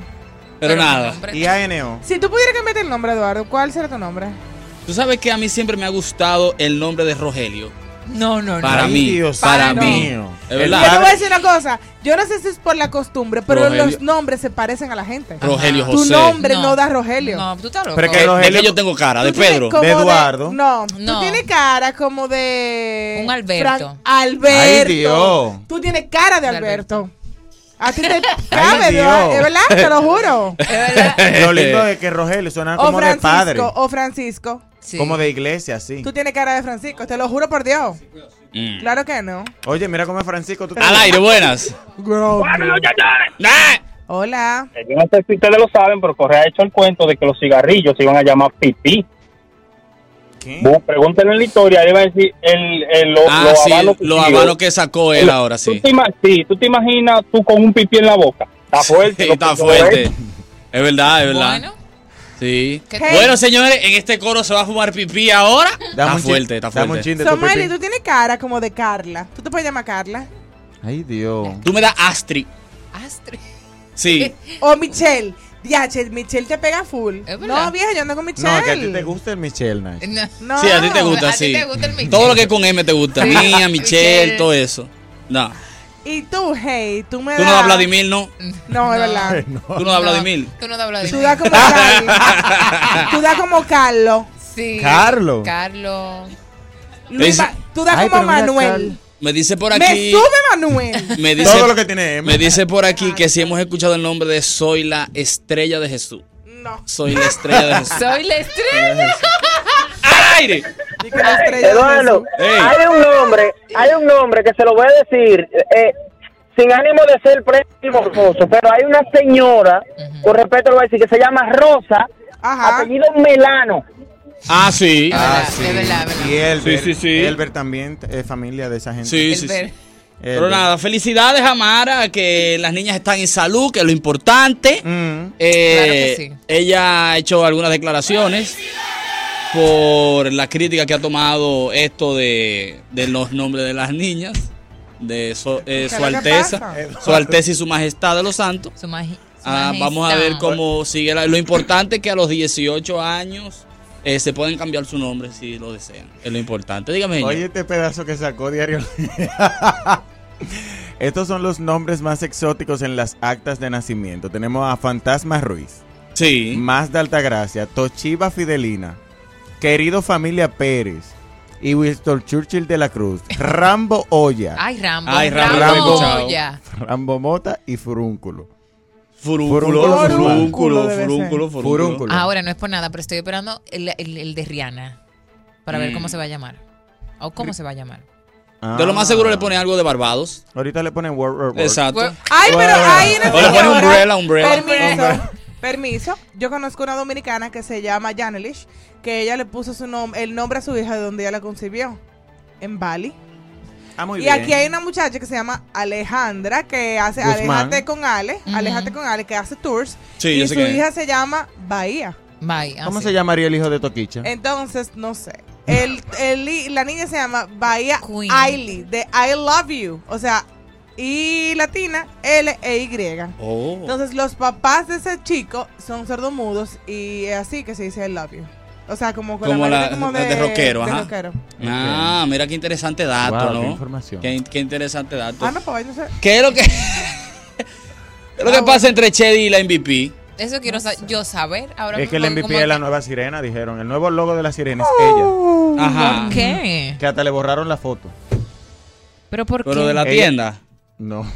[SPEAKER 4] Pero nada.
[SPEAKER 6] Y ANO.
[SPEAKER 3] Si tú pudieras cambiarte el nombre, Eduardo, ¿cuál será tu nombre?
[SPEAKER 4] Tú sabes que a mí siempre me ha gustado el nombre de Rogelio.
[SPEAKER 7] No, no,
[SPEAKER 4] Para
[SPEAKER 6] Ay,
[SPEAKER 4] mí,
[SPEAKER 6] Dios
[SPEAKER 4] para
[SPEAKER 6] santo.
[SPEAKER 4] mí.
[SPEAKER 6] Mío.
[SPEAKER 4] Es
[SPEAKER 3] Yo te voy a
[SPEAKER 4] verdad.
[SPEAKER 3] decir una cosa. Yo no sé si es por la costumbre, pero
[SPEAKER 4] Rogelio.
[SPEAKER 3] los nombres se parecen a la gente.
[SPEAKER 4] Rogelio
[SPEAKER 3] Tu
[SPEAKER 4] José.
[SPEAKER 3] nombre no, da Rogelio.
[SPEAKER 7] No, tú estás loco.
[SPEAKER 4] Pero que ¿De qué yo tengo cara? ¿De Pedro?
[SPEAKER 6] [laughs]
[SPEAKER 3] como No, tú tienes cara como de... Un
[SPEAKER 7] Alberto.
[SPEAKER 3] Alberto.
[SPEAKER 6] Ay, Dios.
[SPEAKER 3] Tú tienes cara de Alberto. A ti te cabe,
[SPEAKER 6] Ay, Dios.
[SPEAKER 3] ¿verdad? ¿Es verdad? Te lo
[SPEAKER 6] [laughs]
[SPEAKER 3] juro.
[SPEAKER 4] Este.
[SPEAKER 6] Lo lindo es que Rogelio suena
[SPEAKER 3] O
[SPEAKER 6] como de padre.
[SPEAKER 3] Francisco, o Francisco.
[SPEAKER 6] Como de iglesia, sí.
[SPEAKER 3] Tú tienes cara de Francisco, te lo juro por Dios.
[SPEAKER 4] Mm.
[SPEAKER 3] Claro que no.
[SPEAKER 6] Oye, mira cómo es Francisco. Tú
[SPEAKER 4] Al aire, buenas.
[SPEAKER 3] Hola.
[SPEAKER 1] Eh, Yo no sé si ustedes lo saben, pero Correa ha hecho el cuento de que los cigarrillos se iban a llamar pipí. Bu- Pregúntenle en la historia, él iba a decir el, el- lo,
[SPEAKER 4] Ah,
[SPEAKER 1] lo
[SPEAKER 4] sí,
[SPEAKER 1] habano
[SPEAKER 4] lo
[SPEAKER 1] pipí.
[SPEAKER 4] habano que sacó él ahora, sí.
[SPEAKER 1] ¿Tú te ima- sí, tú te imaginas tú con un pipí en la boca. Está fuerte.
[SPEAKER 4] Sí,
[SPEAKER 1] lo
[SPEAKER 4] está
[SPEAKER 1] que-
[SPEAKER 4] fuerte. Es verdad, es verdad. Sí.
[SPEAKER 1] ¿Qué tal?
[SPEAKER 4] Bueno, señores, en este coro se va a fumar pipí ahora.
[SPEAKER 6] Dame
[SPEAKER 4] está
[SPEAKER 6] un chin-
[SPEAKER 4] fuerte, está
[SPEAKER 6] dame
[SPEAKER 4] fuerte.
[SPEAKER 6] un chin de
[SPEAKER 3] Somali, tú tienes cara como de Carla. ¿Tú te puedes llamar Carla?
[SPEAKER 6] Ay, Dios.
[SPEAKER 4] Tú me das Astri.
[SPEAKER 3] Astrid. [laughs]
[SPEAKER 4] Sí.
[SPEAKER 3] O Michelle. Diache, Michelle te pega full.
[SPEAKER 7] verdad.
[SPEAKER 3] No, vieja, yo ando con Michelle.
[SPEAKER 6] No, es que a ti te gusta el Michelle Nash.
[SPEAKER 3] No.
[SPEAKER 4] Sí, a ti te gusta,
[SPEAKER 3] A ti
[SPEAKER 4] sí.
[SPEAKER 3] te gusta el Michel.
[SPEAKER 4] Todo lo que es con M te gusta.
[SPEAKER 3] Sí. [laughs]
[SPEAKER 4] Mía, Michelle,
[SPEAKER 3] Michelle.
[SPEAKER 4] todo eso. No.
[SPEAKER 3] Y tú, hey, tú me
[SPEAKER 4] Tú no
[SPEAKER 3] das-
[SPEAKER 4] das Vladimir, ¿no?
[SPEAKER 3] No, es verdad.
[SPEAKER 4] Tú no das Vladimir.
[SPEAKER 7] Tú no te hablas de
[SPEAKER 3] Tú das como Carlos. tú das como Carlos.
[SPEAKER 7] Sí.
[SPEAKER 4] Carlos.
[SPEAKER 7] Carlos.
[SPEAKER 4] Luis Ese- Ma-
[SPEAKER 3] tú das como Manuel.
[SPEAKER 4] Me dice por
[SPEAKER 3] Me
[SPEAKER 4] aquí.
[SPEAKER 3] sube Manuel.
[SPEAKER 4] Me dice,
[SPEAKER 6] Todo lo que tiene M.
[SPEAKER 4] Me dice por aquí que si hemos escuchado el nombre de Soy la estrella de Jesús.
[SPEAKER 3] No.
[SPEAKER 4] Soy la estrella de Jesús.
[SPEAKER 7] Soy la estrella.
[SPEAKER 4] ¡Al aire!
[SPEAKER 1] Eduardo, hay un nombre, hay un nombre que se lo voy a decir, eh, sin ánimo de ser morfoso, pero hay una señora, con respeto lo voy a decir, que se llama Rosa, apellido Melano.
[SPEAKER 4] Ah, sí.
[SPEAKER 6] Ah, sí.
[SPEAKER 1] de verdad, de verdad.
[SPEAKER 6] Y Elbert.
[SPEAKER 4] Sí, sí, sí.
[SPEAKER 6] Elbert también es familia de esa gente.
[SPEAKER 4] Sí, sí, sí. Pero nada, felicidades a Mara, que las niñas están en salud, que es lo importante.
[SPEAKER 6] Mm.
[SPEAKER 4] Eh,
[SPEAKER 6] Claro que sí.
[SPEAKER 4] Ella ha hecho algunas declaraciones por la crítica que ha tomado esto de, de los nombres de las niñas, de so- eh,
[SPEAKER 7] ¿Qué
[SPEAKER 4] su
[SPEAKER 7] es lo que
[SPEAKER 4] Alteza,
[SPEAKER 7] pasa?
[SPEAKER 4] su Alteza y su Majestad de los Santos.
[SPEAKER 7] Su magi- su
[SPEAKER 4] Ah, vamos a
[SPEAKER 7] majestad.
[SPEAKER 4] ver cómo sigue. la- lo importante es que a los 18 años eh, se pueden cambiar su nombre si lo desean. Es lo importante. Dígame. señor.
[SPEAKER 6] Oye, este pedazo que sacó Diario. [laughs] Estos son los nombres más exóticos en las actas de nacimiento. Tenemos a Fantasma Ruiz.
[SPEAKER 4] Sí.
[SPEAKER 6] Más de Altagracia. Toshiba Fidelina. Querido Familia Pérez. Y Winston Churchill de la Cruz. Rambo Olla.
[SPEAKER 7] [laughs] Ay, Rambo. Ay, Rambo, lo he escuchado. Olla.
[SPEAKER 6] Rambo Mota y Furúnculo.
[SPEAKER 4] Furúnculo,
[SPEAKER 6] normal.
[SPEAKER 4] furúnculo, furúnculo, furúnculo.
[SPEAKER 6] Furúnculo.
[SPEAKER 7] Ahora no es por nada, pero estoy esperando el, el- el de Rihanna para ver
[SPEAKER 4] Mm.
[SPEAKER 7] cómo se va a llamar. O cómo se va a llamar.
[SPEAKER 4] De lo más seguro le pone algo de Barbados.
[SPEAKER 6] Ah, Ahorita le ponen World
[SPEAKER 4] Exacto.
[SPEAKER 3] Ay, pero ahí no
[SPEAKER 4] O le pone
[SPEAKER 3] señora.
[SPEAKER 4] Umbrella, Umbrella.
[SPEAKER 3] Permiso. Permiso. Yo conozco una dominicana que se llama Janelish, que ella le puso su nombre, el nombre a su hija de donde ella la concibió, en Bali.
[SPEAKER 6] Ah, muy
[SPEAKER 3] y
[SPEAKER 6] bien.
[SPEAKER 3] aquí hay una muchacha que se llama Alejandra, que hace
[SPEAKER 6] Guzmán.
[SPEAKER 3] Alejate con Ale, Alejate con Ale, que hace tours.
[SPEAKER 6] Sí,
[SPEAKER 3] y
[SPEAKER 6] yo sé
[SPEAKER 3] su
[SPEAKER 6] quién es.
[SPEAKER 3] hija se llama Bahía.
[SPEAKER 4] Ah,
[SPEAKER 6] ¿Cómo se llamaría el hijo de Toquicha?
[SPEAKER 3] Eh, Entonces, no sé. El, el li- la niña se llama Bahía Ailey, de I Love You. O sea, y latina, E L-E-Y.
[SPEAKER 4] Oh.
[SPEAKER 3] Entonces, los papás de ese chico son sordomudos y es así que se dice I Love You. O sea, como con
[SPEAKER 4] Como
[SPEAKER 3] manera
[SPEAKER 4] la, la de, rockero,
[SPEAKER 3] de
[SPEAKER 4] ajá.
[SPEAKER 3] rockero.
[SPEAKER 4] Ah, mira qué interesante dato,
[SPEAKER 6] Wow,
[SPEAKER 4] ¿no?
[SPEAKER 6] qué información.
[SPEAKER 4] Qué, qué interesante dato.
[SPEAKER 3] Ah, no, pues, no sé.
[SPEAKER 4] ¿Qué es lo que, [laughs] qué es lo que pasa entre Chedi y la MVP?
[SPEAKER 7] Eso quiero sa- yo saber ahora
[SPEAKER 6] Es que el
[SPEAKER 7] mismo,
[SPEAKER 6] MVP
[SPEAKER 7] como-
[SPEAKER 6] es la nueva sirena, dijeron. El nuevo logo de la sirena es ella.
[SPEAKER 4] Ajá.
[SPEAKER 7] ¿Por qué?
[SPEAKER 6] Que hasta le borraron la foto.
[SPEAKER 7] ¿Pero por
[SPEAKER 4] Pero
[SPEAKER 7] qué?
[SPEAKER 4] de la
[SPEAKER 6] Ella-
[SPEAKER 4] tienda.
[SPEAKER 6] No.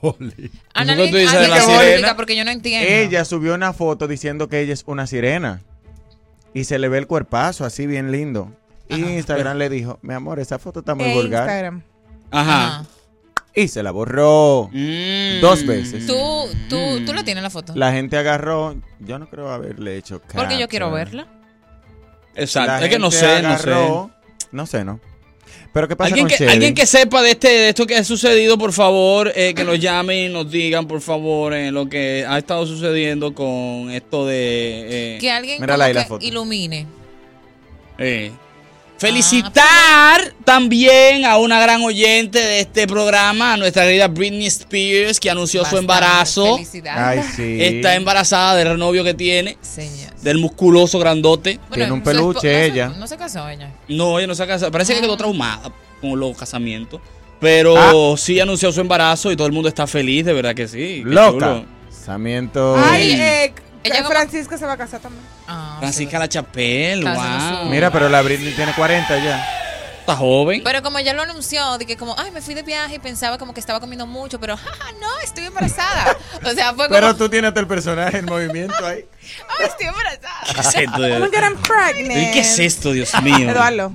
[SPEAKER 6] Poli.
[SPEAKER 7] Anali- tú dices de la analítica, sirena? porque yo no entiendo.
[SPEAKER 6] Ella subió una foto diciendo que ella es una sirena. Y se le ve el cuerpazo así bien lindo. Y Instagram le dijo, mi amor, esa foto está muy
[SPEAKER 3] Eh,
[SPEAKER 6] vulgar.
[SPEAKER 3] Instagram.
[SPEAKER 4] Ajá.
[SPEAKER 6] Y se la borró Mm.
[SPEAKER 4] Mm.
[SPEAKER 6] dos veces.
[SPEAKER 7] Tú, tú, tú la tienes la foto.
[SPEAKER 6] La gente agarró, yo no creo haberle hecho caso.
[SPEAKER 7] Porque yo quiero verla.
[SPEAKER 4] Exacto.
[SPEAKER 6] La
[SPEAKER 4] es que no
[SPEAKER 6] gente
[SPEAKER 4] sé, no sé.
[SPEAKER 6] agarró- No sé, no. Pero ¿qué pasa
[SPEAKER 4] ¿Alguien
[SPEAKER 6] con
[SPEAKER 4] que,
[SPEAKER 6] Chevy?
[SPEAKER 4] alguien que sepa de este de esto que ha sucedido, por favor, eh, que nos llamen y nos digan, por favor, eh, lo que ha estado sucediendo con esto de... eh,
[SPEAKER 7] Que alguien como que ilumine.
[SPEAKER 4] Eh. Felicitar también a una gran oyente de este programa, a nuestra querida Britney Spears, que anunció su embarazo.
[SPEAKER 6] Ay, sí.
[SPEAKER 4] Está embarazada del novio que tiene,
[SPEAKER 7] Señor.
[SPEAKER 4] del musculoso grandote.
[SPEAKER 7] Bueno, su espo- no se-
[SPEAKER 4] ella.
[SPEAKER 7] No se casó ella.
[SPEAKER 4] No, ella no se ha casado. Parece que quedó traumada con los casamientos. Pero
[SPEAKER 6] Ah.
[SPEAKER 4] sí anunció su embarazo y todo el mundo está feliz, de verdad que sí. qué
[SPEAKER 6] Loca.
[SPEAKER 4] chulo.
[SPEAKER 6] Casamiento.
[SPEAKER 3] Ay, eh, Francisca se va a casar también.
[SPEAKER 4] Francisca La Chapelle,
[SPEAKER 7] Casamiento.
[SPEAKER 4] wow.
[SPEAKER 6] Ah, Mira, pero la Britney tiene 40 ya.
[SPEAKER 4] Está joven.
[SPEAKER 7] Pero como ya lo anunció, de que como, ay, me fui de viaje y pensaba como que estaba comiendo mucho, pero, jaja, no, estoy embarazada. O sea, fue como,
[SPEAKER 6] Pero tú tienes hasta el personaje en movimiento ahí.
[SPEAKER 7] "Ah, estoy embarazada.
[SPEAKER 4] ¿Qué es esto?
[SPEAKER 3] Oh my God, I'm pregnant.
[SPEAKER 4] ¿Y qué es esto, Dios mío?
[SPEAKER 3] Eduardo.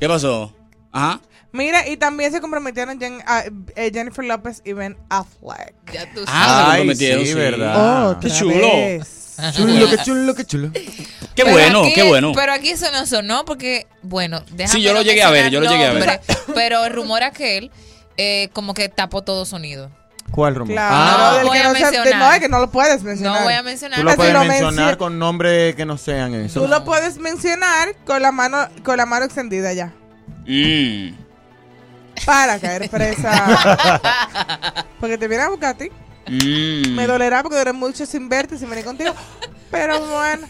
[SPEAKER 4] ¿Qué pasó? Ajá.
[SPEAKER 3] Mira, y también se comprometieron Jen- a- eh, Jennifer López y Ben Affleck.
[SPEAKER 7] Ya tú
[SPEAKER 4] Ah,
[SPEAKER 6] Ay,
[SPEAKER 4] se comprometieron,
[SPEAKER 6] sí,
[SPEAKER 4] sí.
[SPEAKER 6] verdad.
[SPEAKER 4] qué
[SPEAKER 6] Otra
[SPEAKER 4] chulo.
[SPEAKER 6] vez. Ah, Chulo, qué chulo, qué chulo.
[SPEAKER 4] Oh, Qué
[SPEAKER 7] Pero
[SPEAKER 4] bueno,
[SPEAKER 7] aquí-
[SPEAKER 4] qué bueno.
[SPEAKER 7] Pero aquí eso no sonó porque, bueno, déjame
[SPEAKER 4] yo lo
[SPEAKER 7] no
[SPEAKER 4] llegué a ver,
[SPEAKER 7] mencionar
[SPEAKER 4] yo lo llegué a ver.
[SPEAKER 7] nombre, Pero el rumor aquel, eh, como que tapó todo sonido.
[SPEAKER 6] ¿Cuál rumor?
[SPEAKER 3] Claro,
[SPEAKER 7] Ah.
[SPEAKER 3] del
[SPEAKER 7] Voy
[SPEAKER 3] que
[SPEAKER 7] a
[SPEAKER 3] no, se- de-
[SPEAKER 7] mencionar.
[SPEAKER 3] no, es que no lo puedes mencionar.
[SPEAKER 7] No voy a mencionar.
[SPEAKER 6] Tú lo
[SPEAKER 3] Si
[SPEAKER 6] puedes
[SPEAKER 3] lo
[SPEAKER 6] mencionar
[SPEAKER 3] mencio-
[SPEAKER 6] con nombres que no sean eso.
[SPEAKER 3] Tú lo puedes mencionar con la mano, con la mano extendida ya.
[SPEAKER 4] Mm.
[SPEAKER 3] Para caer [laughs] presa. porque te viene a buscar a ti.
[SPEAKER 4] Mm.
[SPEAKER 3] Me dolerá porque duré mucho sin verte, sin venir contigo. [laughs] Pero bueno,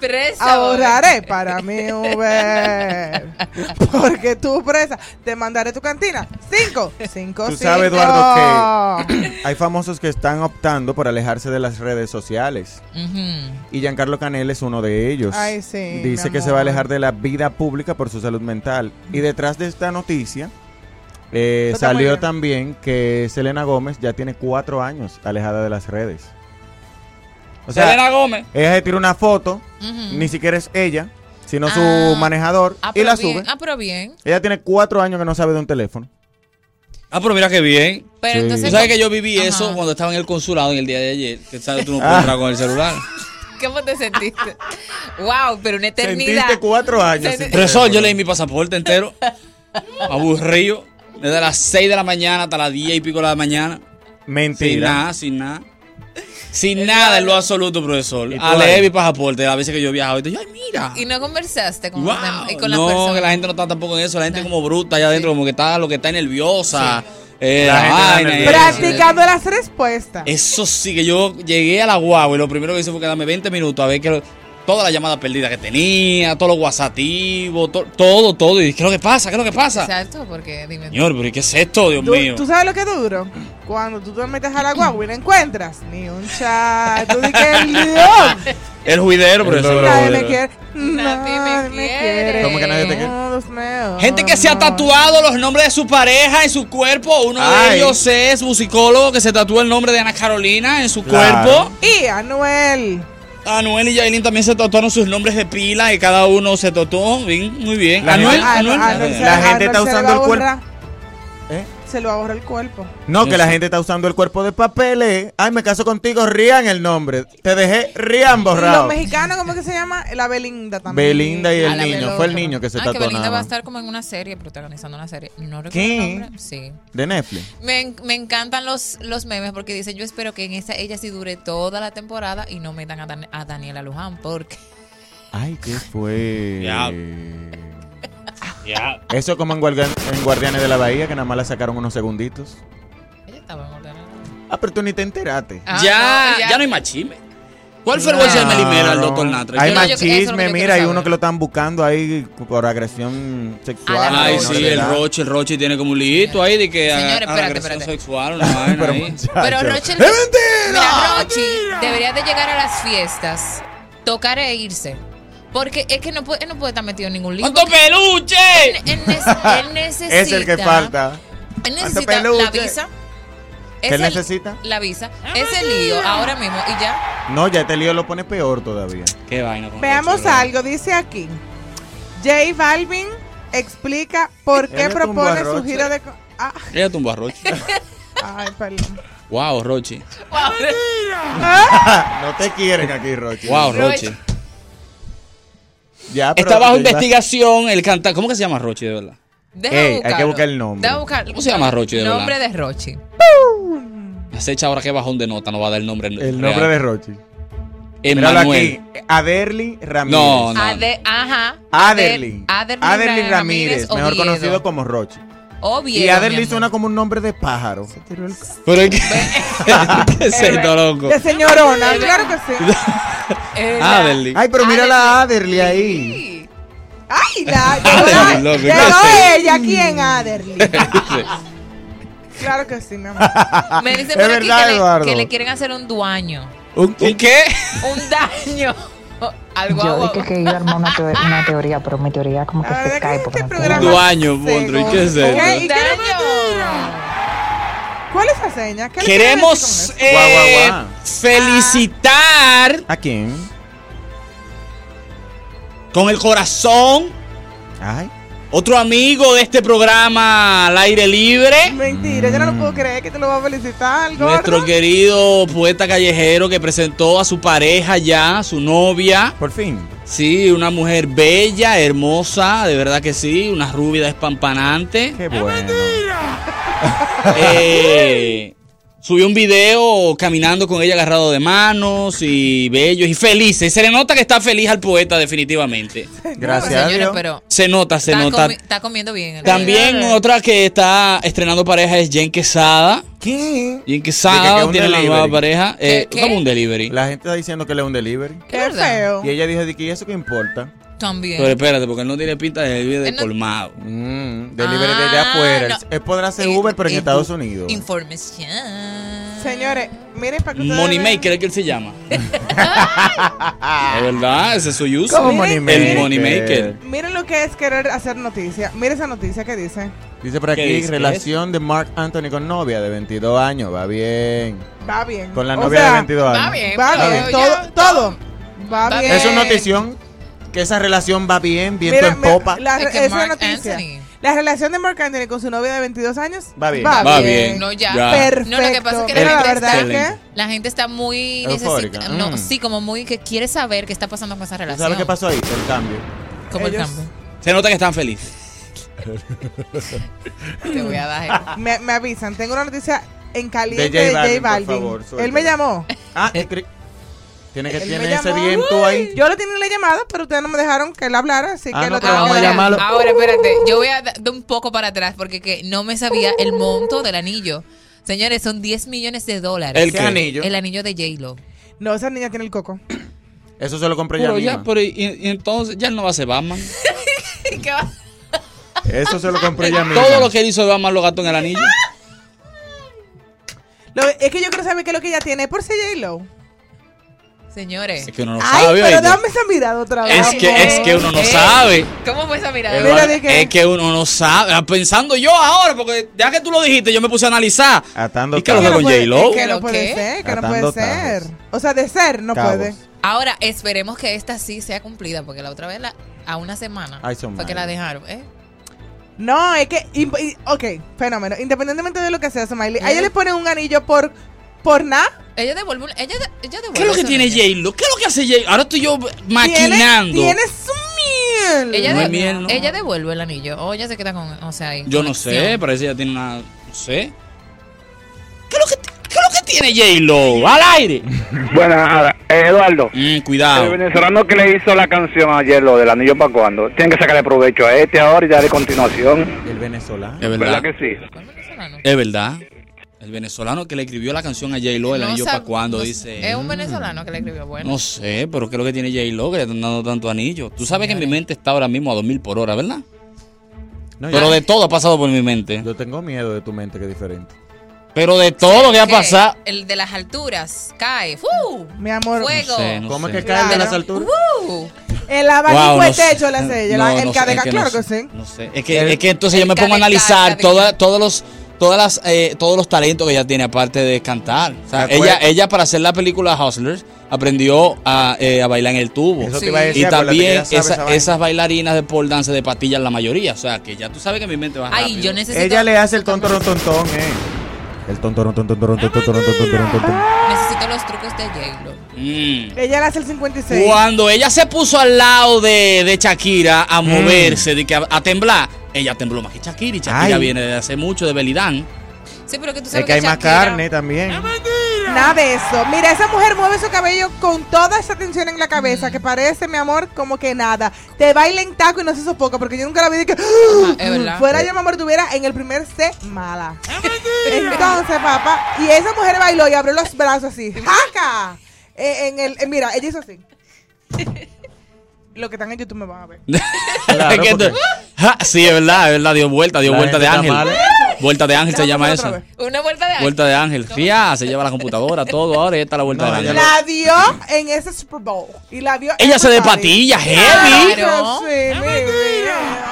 [SPEAKER 7] Presa.
[SPEAKER 3] ahorraré para mi Uber. Porque tú, presa, te mandaré tu cantina. Cinco. Cinco,
[SPEAKER 6] Tú sabes,
[SPEAKER 3] cinco.
[SPEAKER 6] Eduardo, que hay famosos que están optando por alejarse de las redes sociales. Y Giancarlo Canel es uno de ellos.
[SPEAKER 3] Ay, sí,
[SPEAKER 6] Dice
[SPEAKER 3] mi
[SPEAKER 6] que se
[SPEAKER 3] amor.
[SPEAKER 6] va a alejar de la vida pública por su salud mental. Y detrás de esta noticia eh,
[SPEAKER 3] Pues Está muy
[SPEAKER 6] salió
[SPEAKER 3] bien.
[SPEAKER 6] también que Selena Gómez ya tiene cuatro años alejada de las redes. O sea,
[SPEAKER 4] Selena Gómez.
[SPEAKER 6] ella se tira una foto,
[SPEAKER 7] Ujú.
[SPEAKER 6] ni siquiera es ella, sino
[SPEAKER 7] Ah.
[SPEAKER 6] su manejador,
[SPEAKER 7] Ah,
[SPEAKER 6] y
[SPEAKER 7] pero
[SPEAKER 6] la
[SPEAKER 7] bien,
[SPEAKER 6] sube.
[SPEAKER 7] Ah, pero bien.
[SPEAKER 6] Ella tiene cuatro años que no sabe de un teléfono.
[SPEAKER 4] Ah, pero mira qué bien.
[SPEAKER 7] Pero
[SPEAKER 6] Sí.
[SPEAKER 7] entonces,
[SPEAKER 4] Tú sabes que yo viví eso cuando estaba en el consulado en el día de ayer. Que sabes, tú no puedes
[SPEAKER 6] Ah.
[SPEAKER 4] entrar con el celular.
[SPEAKER 7] ¿cómo te sentiste? wow, pero este, una eternidad.
[SPEAKER 6] Sentiste cuatro años. sin
[SPEAKER 4] Pero eso
[SPEAKER 6] teléfono.
[SPEAKER 4] yo leí mi pasaporte entero. Aburrido. Desde las 6 de la mañana hasta las 10 y pico de la mañana. Sin
[SPEAKER 6] Mentira.
[SPEAKER 4] nada, sin nada. Sin nada en lo absoluto, profesor.
[SPEAKER 6] tú
[SPEAKER 4] A leer
[SPEAKER 6] ahí?
[SPEAKER 4] mi pasaporte. A veces que yo viajaba. Y te digo, ay, mira.
[SPEAKER 7] Y no conversaste con,
[SPEAKER 4] Wow.
[SPEAKER 7] la- y con las
[SPEAKER 4] no, que
[SPEAKER 7] personas.
[SPEAKER 4] la gente no está tampoco en eso. La gente como bruta allá adentro, como que está, lo que está nerviosa. eh,
[SPEAKER 6] La
[SPEAKER 4] la
[SPEAKER 6] gente está
[SPEAKER 4] vaina,
[SPEAKER 6] nerviosa.
[SPEAKER 4] eso.
[SPEAKER 3] [clears throat] Practicando las respuestas.
[SPEAKER 4] Eso sí, que yo llegué a la guagua y lo primero que hice fue quedarme 20 minutos a ver que lo- todas las llamadas perdidas que tenía, todos los whatsappivos, to- todo, todo. Y dije, ¿qué es lo que pasa? ¿Qué es lo que pasa?
[SPEAKER 7] Exacto, porque dime.
[SPEAKER 4] Señor, pero ¿y qué es esto, Dios
[SPEAKER 3] Du-
[SPEAKER 4] mío?
[SPEAKER 3] ¿Tú sabes lo que es duro? Cuando tú te metes a la guagua y no encuentras ni un chat. Tú [laughs] dices, Dios,
[SPEAKER 4] El juidero,
[SPEAKER 6] El
[SPEAKER 4] profesor.
[SPEAKER 3] nadie
[SPEAKER 6] Pero-
[SPEAKER 3] me quiere. Nadie me quiere.
[SPEAKER 6] ¿Cómo que nadie te
[SPEAKER 7] Eh.
[SPEAKER 6] quiere?
[SPEAKER 3] Todos me aman.
[SPEAKER 4] Gente que se ha tatuado los nombres de su pareja en su cuerpo. Uno de
[SPEAKER 6] Ay.
[SPEAKER 4] ellos es musicólogo que se tatúa el nombre de Ana Carolina en su
[SPEAKER 6] Claro.
[SPEAKER 4] cuerpo.
[SPEAKER 3] Y Anuel.
[SPEAKER 4] Anuel y Yailin también se tatuaron sus nombres de pila y cada uno se tatuó. Bien, muy bien.
[SPEAKER 6] La
[SPEAKER 4] Anuel,
[SPEAKER 6] gente- Ah,
[SPEAKER 4] Anuel.
[SPEAKER 3] Anuel se-
[SPEAKER 6] La gente
[SPEAKER 3] Anuel
[SPEAKER 6] está
[SPEAKER 3] se le
[SPEAKER 6] usando
[SPEAKER 3] va a
[SPEAKER 6] el cuerpo.
[SPEAKER 3] borrar-
[SPEAKER 6] ¿Eh?
[SPEAKER 3] Se lo va a borrar el cuerpo.
[SPEAKER 6] No, que la gente está usando el cuerpo de papeles. Ay, me caso contigo, Rian el nombre. Te dejé Rian
[SPEAKER 3] Los
[SPEAKER 6] borrado.
[SPEAKER 3] mexicanos, ¿cómo que se llama? La Belinda también.
[SPEAKER 6] Belinda y
[SPEAKER 7] A
[SPEAKER 6] el
[SPEAKER 7] la
[SPEAKER 6] niño.
[SPEAKER 7] Belinda.
[SPEAKER 6] Fue el niño que se
[SPEAKER 7] Ah, que
[SPEAKER 6] tatuó
[SPEAKER 7] Belinda
[SPEAKER 6] nada
[SPEAKER 7] va a
[SPEAKER 6] más.
[SPEAKER 7] estar como en una serie, protagonizando una serie. No recuerdo
[SPEAKER 6] ¿Qué?
[SPEAKER 7] el nombre. Sí.
[SPEAKER 6] De Netflix.
[SPEAKER 7] Me, en- me encantan los, los memes porque dicen, yo espero que en esta ella sí dure toda la temporada y no metan a, Dan- a Daniela Luján porque...
[SPEAKER 6] Ay, qué fue.
[SPEAKER 4] Ya.
[SPEAKER 6] Eso como en, Guardian- en Guardianes de la Bahía, que nada más la sacaron unos segunditos.
[SPEAKER 7] Ella estaba en orden.
[SPEAKER 6] Ah, pero tú ni te enteraste.
[SPEAKER 7] Ah,
[SPEAKER 4] ya,
[SPEAKER 7] no,
[SPEAKER 4] ya.
[SPEAKER 7] ya.
[SPEAKER 4] no hay más chisme. ¿Cuál fue el bolsillo de Melimera al doctor Natra?
[SPEAKER 6] Ah, Hay
[SPEAKER 7] Yo-
[SPEAKER 6] más
[SPEAKER 7] yo- eso es lo que yo
[SPEAKER 6] chisme,
[SPEAKER 7] quiero
[SPEAKER 6] mira, hay
[SPEAKER 7] saber.
[SPEAKER 6] uno que lo están buscando ahí por agresión sexual.
[SPEAKER 7] la
[SPEAKER 4] Ay,
[SPEAKER 6] menor
[SPEAKER 4] sí,
[SPEAKER 6] de
[SPEAKER 4] el
[SPEAKER 6] edad.
[SPEAKER 4] Roche, el Roche tiene como un lito ahí de que a-
[SPEAKER 7] Señores,
[SPEAKER 4] a la
[SPEAKER 7] espérate,
[SPEAKER 4] agresión
[SPEAKER 7] espérate.
[SPEAKER 4] sexual, una vaina
[SPEAKER 6] [laughs] Pero,
[SPEAKER 4] ahí.
[SPEAKER 6] muchacho.
[SPEAKER 7] Pero Rochelle...
[SPEAKER 6] ¡Es mentira!
[SPEAKER 7] Mira, Rochi, debería de llegar a las fiestas, tocar e irse. Porque es que no puede, él no puede estar metido en ningún lío.
[SPEAKER 4] ¡Cuánto peluche!
[SPEAKER 7] Él, él nece- él
[SPEAKER 4] [laughs]
[SPEAKER 7] necesita...
[SPEAKER 6] Es el que falta.
[SPEAKER 7] Él necesita
[SPEAKER 6] Ante
[SPEAKER 7] la
[SPEAKER 6] peluche.
[SPEAKER 7] visa.
[SPEAKER 6] ¿Qué
[SPEAKER 7] Es el-
[SPEAKER 6] necesita?
[SPEAKER 7] La visa. Ese lío ahora mismo y ya...
[SPEAKER 6] No, ya este lío lo pone peor [laughs] todavía.
[SPEAKER 4] Qué vaina. con
[SPEAKER 3] Veamos
[SPEAKER 4] Roche,
[SPEAKER 3] algo, dice aquí. J Balvin explica por qué
[SPEAKER 6] Él le tumbó a
[SPEAKER 3] propone su
[SPEAKER 6] Rocha.
[SPEAKER 3] gira de... co- Ah, [laughs]
[SPEAKER 4] bro. Ella tumbó a
[SPEAKER 6] [laughs]
[SPEAKER 4] Roche.
[SPEAKER 3] ay, perdón. Ah,
[SPEAKER 4] wow, Roche.
[SPEAKER 6] Ah, No te quieren aquí, Roche.
[SPEAKER 4] Wow,
[SPEAKER 7] Roche.
[SPEAKER 4] Roche.
[SPEAKER 6] Ya, pero
[SPEAKER 4] Está bajo
[SPEAKER 6] ya-
[SPEAKER 4] investigación el cantante. ¿Cómo que se llama Roche de verdad?
[SPEAKER 7] Deja
[SPEAKER 6] Ey, hay que
[SPEAKER 7] buscarlo.
[SPEAKER 6] buscar el nombre.
[SPEAKER 7] Deja buscar-
[SPEAKER 4] ¿Cómo se llama Rochi de verdad?
[SPEAKER 7] Nombre de Rochi.
[SPEAKER 4] Acecha ahora que bajón de nota, no va a dar el nombre.
[SPEAKER 6] El nombre de Rochi. Míralo
[SPEAKER 4] Emanuel.
[SPEAKER 6] aquí. Aderly Ramírez.
[SPEAKER 4] No,
[SPEAKER 3] Ah,
[SPEAKER 4] no.
[SPEAKER 7] Ade- ajá.
[SPEAKER 6] ah, Aderly.
[SPEAKER 7] Ader-
[SPEAKER 6] Aderly Ramírez, mejor
[SPEAKER 7] Oviedo.
[SPEAKER 6] conocido como Rochi.
[SPEAKER 7] Oviedo,
[SPEAKER 6] y
[SPEAKER 7] mi
[SPEAKER 6] Aderly
[SPEAKER 7] amor.
[SPEAKER 6] suena como un nombre de pájaro.
[SPEAKER 4] Pero es que. [laughs] ¿Qué es esto, loco? Ah,
[SPEAKER 3] De señorona, claro que sí.
[SPEAKER 6] [laughs]
[SPEAKER 4] Aderly. [laughs]
[SPEAKER 6] Ay, pero mira la Aderly ahí.
[SPEAKER 3] Ay, la,
[SPEAKER 6] Aderly,
[SPEAKER 3] llegó,
[SPEAKER 6] loco, ¿qué
[SPEAKER 3] llegó
[SPEAKER 6] hace?
[SPEAKER 3] ella aquí en Aderly. Claro que
[SPEAKER 6] [laughs]
[SPEAKER 3] sí, mi amor.
[SPEAKER 7] Me dicen
[SPEAKER 3] Es
[SPEAKER 7] por aquí
[SPEAKER 3] verdad,
[SPEAKER 7] que, le,
[SPEAKER 3] Eduardo.
[SPEAKER 7] que le quieren hacer un dueño.
[SPEAKER 4] ¿Un, qué?
[SPEAKER 7] Un daño. Algo
[SPEAKER 8] Yo
[SPEAKER 7] agua-
[SPEAKER 8] dije que iba a armar una, teo- una teoría, pero mi teoría como que se cae
[SPEAKER 3] este
[SPEAKER 8] porque no puedo.
[SPEAKER 4] Un duaño, Bondro. ¿Y qué es
[SPEAKER 3] Ok,
[SPEAKER 4] esto?
[SPEAKER 3] ¿y qué le voy a decir? ¿Cuál es la seña? ¿Qué le
[SPEAKER 4] Queremos
[SPEAKER 3] quieren decir con eso?
[SPEAKER 4] eh, felicitar.
[SPEAKER 6] ¿A quién?
[SPEAKER 4] Con el corazón. Otro amigo de este programa al aire libre.
[SPEAKER 3] Mentira, yo no lo puedo creer que te lo va a felicitar, gordo.
[SPEAKER 4] Nuestro querido poeta callejero que presentó a su pareja ya, su novia.
[SPEAKER 6] Por fin.
[SPEAKER 4] Sí, una mujer bella, hermosa, de verdad que sí, una rubia
[SPEAKER 6] [laughs]
[SPEAKER 4] espampanante.
[SPEAKER 7] Ah,
[SPEAKER 6] Qué bueno.
[SPEAKER 4] Eh, subió un video caminando con ella agarrado de manos y bellos y felices. Se le nota que está feliz al poeta definitivamente.
[SPEAKER 7] Gracias a Señores, Dios. pero-
[SPEAKER 4] se nota, se
[SPEAKER 7] está,
[SPEAKER 4] nota.
[SPEAKER 7] comi- está comiendo bien.
[SPEAKER 4] También otra que está estrenando pareja es Jen Quesada.
[SPEAKER 6] ¿Qué?
[SPEAKER 4] Jen
[SPEAKER 6] Dice que es
[SPEAKER 4] Quesada
[SPEAKER 6] un
[SPEAKER 4] tiene la nueva
[SPEAKER 6] delivery.
[SPEAKER 4] pareja. Eh, como un delivery.
[SPEAKER 6] La gente está diciendo que le es un delivery.
[SPEAKER 3] Qué feo.
[SPEAKER 6] Y ella dijo, de que ¿y eso qué importa?
[SPEAKER 7] También.
[SPEAKER 4] Pero espérate, porque él no tiene pinta de delivery de
[SPEAKER 7] Él no-
[SPEAKER 4] colmado.
[SPEAKER 6] Mm, delivery
[SPEAKER 7] Ah,
[SPEAKER 6] desde afuera.
[SPEAKER 7] no.
[SPEAKER 6] Él podrá ser Uber, pero en
[SPEAKER 7] eh,
[SPEAKER 6] Estados Unidos.
[SPEAKER 7] Información.
[SPEAKER 3] Señores, miren para que ustedes vean.
[SPEAKER 4] Moneymaker es que él se llama. De verdad, ese [laughs] es su uso.
[SPEAKER 3] ¿Cómo Moneymaker?
[SPEAKER 4] El Moneymaker.
[SPEAKER 3] Miren lo que es querer hacer noticia. Miren esa noticia que dice.
[SPEAKER 6] Dice por
[SPEAKER 4] ¿Qué
[SPEAKER 6] aquí,
[SPEAKER 4] dice?
[SPEAKER 6] relación de Mark Anthony con novia de 22 años. Va bien.
[SPEAKER 3] Va bien.
[SPEAKER 6] Con la
[SPEAKER 3] O
[SPEAKER 6] novia
[SPEAKER 3] sea,
[SPEAKER 6] de 22 años.
[SPEAKER 3] Va bien. Va bien. Todo, todo. Va bien.
[SPEAKER 6] Es una notición que esa relación va bien, viento
[SPEAKER 3] Mira,
[SPEAKER 6] en
[SPEAKER 3] mira,
[SPEAKER 6] popa.
[SPEAKER 3] la-
[SPEAKER 7] Es que
[SPEAKER 3] esa
[SPEAKER 7] Marc
[SPEAKER 3] noticia. La relación de Mark Anthony con su novia de 22 años
[SPEAKER 6] Va bien.
[SPEAKER 4] Va bien.
[SPEAKER 7] No, ya.
[SPEAKER 4] Ya.
[SPEAKER 3] Perfecto.
[SPEAKER 7] No, lo que pasa es que la
[SPEAKER 3] Mira, la
[SPEAKER 7] gente,
[SPEAKER 3] verdad
[SPEAKER 7] está,
[SPEAKER 6] Excelente.
[SPEAKER 7] la gente está muy
[SPEAKER 6] Eufórica.
[SPEAKER 7] necesita- No,
[SPEAKER 6] Mm.
[SPEAKER 7] sí, como muy que quiere saber qué está pasando con esa
[SPEAKER 6] ¿Tú
[SPEAKER 7] relación.
[SPEAKER 6] ¿Sabes qué pasó ahí? El cambio.
[SPEAKER 7] Como el
[SPEAKER 3] Ellos-
[SPEAKER 7] cambio.
[SPEAKER 4] Se nota que están felices.
[SPEAKER 7] Te voy a dar.
[SPEAKER 3] ah, me, me avisan. Tengo una noticia en caliente
[SPEAKER 6] De
[SPEAKER 3] de
[SPEAKER 6] J
[SPEAKER 3] J Balvin.
[SPEAKER 6] Balvin, por favor, suelta.
[SPEAKER 3] Él me llamó.
[SPEAKER 6] Ah, y cre- tiene que
[SPEAKER 3] Él
[SPEAKER 6] tiene
[SPEAKER 3] me
[SPEAKER 6] ese
[SPEAKER 3] llamó.
[SPEAKER 6] viento ahí.
[SPEAKER 3] Yo lo tenía en la llamada, pero ustedes no me dejaron que él hablara, así
[SPEAKER 6] Ah,
[SPEAKER 3] que
[SPEAKER 6] no,
[SPEAKER 3] lo
[SPEAKER 6] te vamos a
[SPEAKER 3] tengo.
[SPEAKER 6] llamarlo.
[SPEAKER 7] Ahora, espérate, yo voy a da- dar un poco para atrás porque que no me sabía el monto del anillo. Señores, son 10 millones de dólares.
[SPEAKER 4] Ah,
[SPEAKER 6] ¿El qué anillo?
[SPEAKER 7] El anillo de J-Lo.
[SPEAKER 3] No, esa niña tiene el coco.
[SPEAKER 6] Eso se lo compré
[SPEAKER 4] Pero
[SPEAKER 6] ya
[SPEAKER 4] ya,
[SPEAKER 6] misma.
[SPEAKER 4] pero y, y entonces ya él no va a ser Batman.
[SPEAKER 7] ¿Qué va?
[SPEAKER 6] Eso se lo compré ya misma.
[SPEAKER 4] Todo lo que él hizo de Batman lo gastó en el anillo.
[SPEAKER 3] Lo- es que yo quiero saber qué es lo que ella tiene. Es por J-Lo.
[SPEAKER 7] Señores.
[SPEAKER 4] Es que uno no
[SPEAKER 3] Ay,
[SPEAKER 4] sabe.
[SPEAKER 3] pero
[SPEAKER 4] ¿oíste?
[SPEAKER 3] dame esa mirada otra vez.
[SPEAKER 4] Es que, es que uno no
[SPEAKER 7] Ey,
[SPEAKER 4] sabe.
[SPEAKER 7] ¿Cómo fue esa mirada?
[SPEAKER 4] Eduardo, es que uno no sabe. Ah, Pensando yo ahora, porque ya que tú lo dijiste, yo me puse a analizar.
[SPEAKER 6] Atando
[SPEAKER 4] ¿Y qué lo hace con J-Lo?
[SPEAKER 3] Que no puede
[SPEAKER 7] ¿Qué?
[SPEAKER 3] ser, que
[SPEAKER 6] Atando
[SPEAKER 3] no puede ser. O sea, de ser no
[SPEAKER 6] Cabos.
[SPEAKER 3] puede.
[SPEAKER 7] Ahora, esperemos que esta sí sea cumplida porque la otra vez, la- a una semana,
[SPEAKER 4] Ah.
[SPEAKER 6] Ay, son
[SPEAKER 7] fue que la
[SPEAKER 6] malos.
[SPEAKER 7] dejaron. ¿eh?
[SPEAKER 3] No, es que. imp- y- Ok, fenómeno. Independientemente de lo que sea, Smiley. A ella le ponen un anillo por. Por nada.
[SPEAKER 7] Ella devuelve. un- Ella, de- ella devuelve
[SPEAKER 4] ¿Qué es lo que
[SPEAKER 7] ese
[SPEAKER 4] tiene
[SPEAKER 7] anillo.
[SPEAKER 4] J-Lo? ¿Qué es lo que hace J-Lo? Ahora estoy yo maquinando.
[SPEAKER 3] Tienes un miel.
[SPEAKER 7] Ella,
[SPEAKER 4] No
[SPEAKER 7] de-
[SPEAKER 4] es miel, ¿no?
[SPEAKER 7] ella devuelve el anillo. O ella se queda con. O sea, ahí.
[SPEAKER 4] Yo no sé, parece que ella tiene una. No sé. ¿Qué es lo que, qué es lo que tiene J-Lo? ¡Al aire!
[SPEAKER 9] Bueno, ahora, eh, Eduardo.
[SPEAKER 4] Mm, cuidado.
[SPEAKER 9] El venezolano que le hizo la canción ayer, lo del anillo para cuando, tienen que sacarle provecho a este ahora y darle continuación.
[SPEAKER 6] El venezolano.
[SPEAKER 4] Es verdad.
[SPEAKER 9] que sí?
[SPEAKER 4] Es verdad. El venezolano que le escribió la canción a J-Lo, el
[SPEAKER 7] No
[SPEAKER 4] anillo
[SPEAKER 7] sab-
[SPEAKER 4] para cuando,
[SPEAKER 7] no-
[SPEAKER 4] dice.
[SPEAKER 7] Es un venezolano que le escribió. Bueno.
[SPEAKER 4] No sé, pero ¿qué es lo que tiene J-Lo que le están dando tanto anillo? Tú sabes que mi mente está ahora mismo a 2000 por hora, ¿verdad?
[SPEAKER 6] No,
[SPEAKER 4] Pero
[SPEAKER 6] ya.
[SPEAKER 4] de todo ha pasado por mi mente.
[SPEAKER 6] Yo tengo miedo de tu mente que es diferente.
[SPEAKER 4] Pero de todo que ha
[SPEAKER 7] ¿Qué?
[SPEAKER 4] pasado.
[SPEAKER 7] El de las alturas cae. ¡Fu!
[SPEAKER 3] Mi amor.
[SPEAKER 7] Fuego.
[SPEAKER 6] ¿Cómo
[SPEAKER 4] sé.
[SPEAKER 6] es que cae el de las alturas?
[SPEAKER 7] ¡Fu!
[SPEAKER 3] El abanico
[SPEAKER 4] Wow,
[SPEAKER 3] de
[SPEAKER 4] no sé.
[SPEAKER 3] techo la hace ella. la-
[SPEAKER 4] No,
[SPEAKER 3] el
[SPEAKER 4] no sé,
[SPEAKER 3] cadeca,
[SPEAKER 4] es que no
[SPEAKER 3] claro que
[SPEAKER 4] sé.
[SPEAKER 3] sí.
[SPEAKER 4] No sé. Es que, es que entonces yo me pongo a
[SPEAKER 7] cadeca,
[SPEAKER 4] analizar
[SPEAKER 7] cadeca.
[SPEAKER 4] toda- todos los todas las eh, todos los talentos que ella tiene aparte de cantar. O sea,
[SPEAKER 6] ¿Te
[SPEAKER 4] ella
[SPEAKER 6] acuerdas?
[SPEAKER 4] ella para hacer la película Hustlers aprendió a, eh, a bailar en el tubo.
[SPEAKER 6] Eso te pues, iba a decir,
[SPEAKER 4] y
[SPEAKER 6] acuérdate que
[SPEAKER 4] también
[SPEAKER 6] ya sabes
[SPEAKER 4] esa-
[SPEAKER 6] esa vaina.
[SPEAKER 4] esas bailarinas de pole dance de patillas la mayoría, o sea, que ya tú sabes que mi mente va
[SPEAKER 7] Ay,
[SPEAKER 4] rápido.
[SPEAKER 7] yo necesito.
[SPEAKER 6] Ella le hace el tontorón tontón, eh. El tontorón tontón tontón tontón tontón tontón.
[SPEAKER 7] Necesito los trucos de J-Lo.
[SPEAKER 4] Mm.
[SPEAKER 3] Ella le hace el 56.
[SPEAKER 6] Mm.
[SPEAKER 4] Cuando ella se puso al lado de, de Shakira a moverse, de que a, a temblar, Ella tembló más que Shakira y Shakira
[SPEAKER 6] Ay.
[SPEAKER 4] viene desde hace mucho de Belidán.
[SPEAKER 3] Sí, pero que tú
[SPEAKER 6] Es que hay más carne también.
[SPEAKER 3] Nada de eso. Mira, esa mujer mueve su cabello con toda esa tensión en la cabeza que parece, mi amor, como que nada. Te baila en taco y no se sofoca porque yo nunca la vi de que. ¡Ah!
[SPEAKER 7] es verdad.
[SPEAKER 3] Fuera yo, mi amor, tuviera en el primer C mala. Entonces, papá, y esa mujer bailó y abrió los brazos así. ¡Jaca! Eh, En el, eh, mira, ella hizo así. Lo que están en YouTube me van a ver.
[SPEAKER 4] Es que tú- Ja, sí, es verdad, es verdad, dio vuelta, dio
[SPEAKER 6] La
[SPEAKER 4] vuelta de
[SPEAKER 6] gente
[SPEAKER 4] ángel.
[SPEAKER 6] está
[SPEAKER 4] Vuelta de ángel se llama
[SPEAKER 3] otra
[SPEAKER 4] eso.
[SPEAKER 3] Una vuelta de
[SPEAKER 4] Vuelta de ángel. Ya, se lleva la computadora, todo. Ahora ya está la vuelta de ángel.
[SPEAKER 3] La dio en ese Super Bowl. Y la vio
[SPEAKER 4] Ella
[SPEAKER 3] en
[SPEAKER 4] se
[SPEAKER 3] Abu
[SPEAKER 4] de
[SPEAKER 3] Dhabi.
[SPEAKER 4] patilla, heavy.
[SPEAKER 3] Claro, sí, mi vida.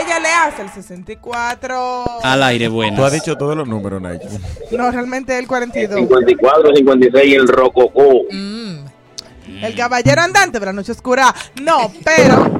[SPEAKER 3] Ella le hace el 64.
[SPEAKER 10] Ah.
[SPEAKER 4] Al aire, bueno.
[SPEAKER 6] Tú has dicho todos los números, Nacho.
[SPEAKER 3] No, realmente el 42.
[SPEAKER 10] 54, 56 el rococó.
[SPEAKER 3] Mm. El caballero andante de la noche oscura. No, pero.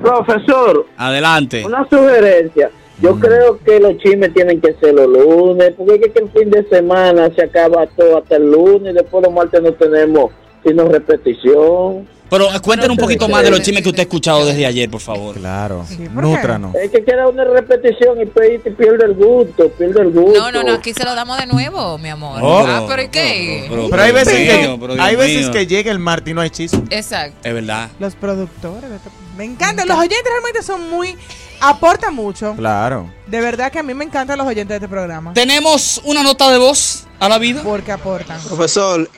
[SPEAKER 10] Profesor,
[SPEAKER 4] Adelante.
[SPEAKER 10] una sugerencia.
[SPEAKER 1] Mm.
[SPEAKER 10] Yo creo que los chismes tienen que ser los lunes, porque es que el fin de semana se acaba todo hasta el lunes y después los martes no tenemos sino repetición.
[SPEAKER 4] Pero eh, cuéntenos un poquito más de los chismes que usted ha escuchado desde ayer, por favor. Claro. Nútranos.
[SPEAKER 10] Es que queda una repetición y pe- y pierde el gusto, pierde el gusto.
[SPEAKER 7] No, no, no, aquí se lo damos de nuevo, [laughs] mi amor.
[SPEAKER 6] Oh.
[SPEAKER 7] ah, pero ¿y qué?
[SPEAKER 6] Pero hay veces que,
[SPEAKER 4] pero Dios
[SPEAKER 6] hay veces
[SPEAKER 4] mío.
[SPEAKER 6] que llega el martes y no hay chiste.
[SPEAKER 4] Eh.
[SPEAKER 7] Exacto.
[SPEAKER 4] Es verdad.
[SPEAKER 3] Los productores. de este- Me encantan. Los oyentes realmente son muy. Aportan mucho.
[SPEAKER 6] Claro.
[SPEAKER 3] De verdad que a mí me encantan los oyentes de este programa.
[SPEAKER 4] Tenemos una nota de voz a la vida.
[SPEAKER 3] Porque aportan.
[SPEAKER 11] Profesor,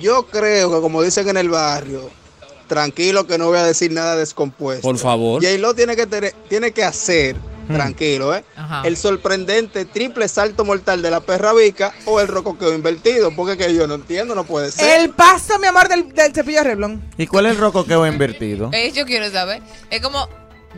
[SPEAKER 11] yo creo que como dicen en el barrio, tranquilo que no voy a decir nada descompuesto.
[SPEAKER 4] Por favor.
[SPEAKER 11] Y lo tiene que tener- tiene que hacer, tranquilo, ¿eh?
[SPEAKER 4] Hmm. Ajá.
[SPEAKER 11] El sorprendente triple salto mortal de la perra vica o el rocoqueo invertido, porque que yo no entiendo, no puede ser.
[SPEAKER 3] El paso, mi amor, del, del cepillo Reblon.
[SPEAKER 6] ¿Y cuál es
[SPEAKER 11] [laughs]
[SPEAKER 6] el rocoqueo invertido?
[SPEAKER 7] Eh, yo quiero saber. Es como,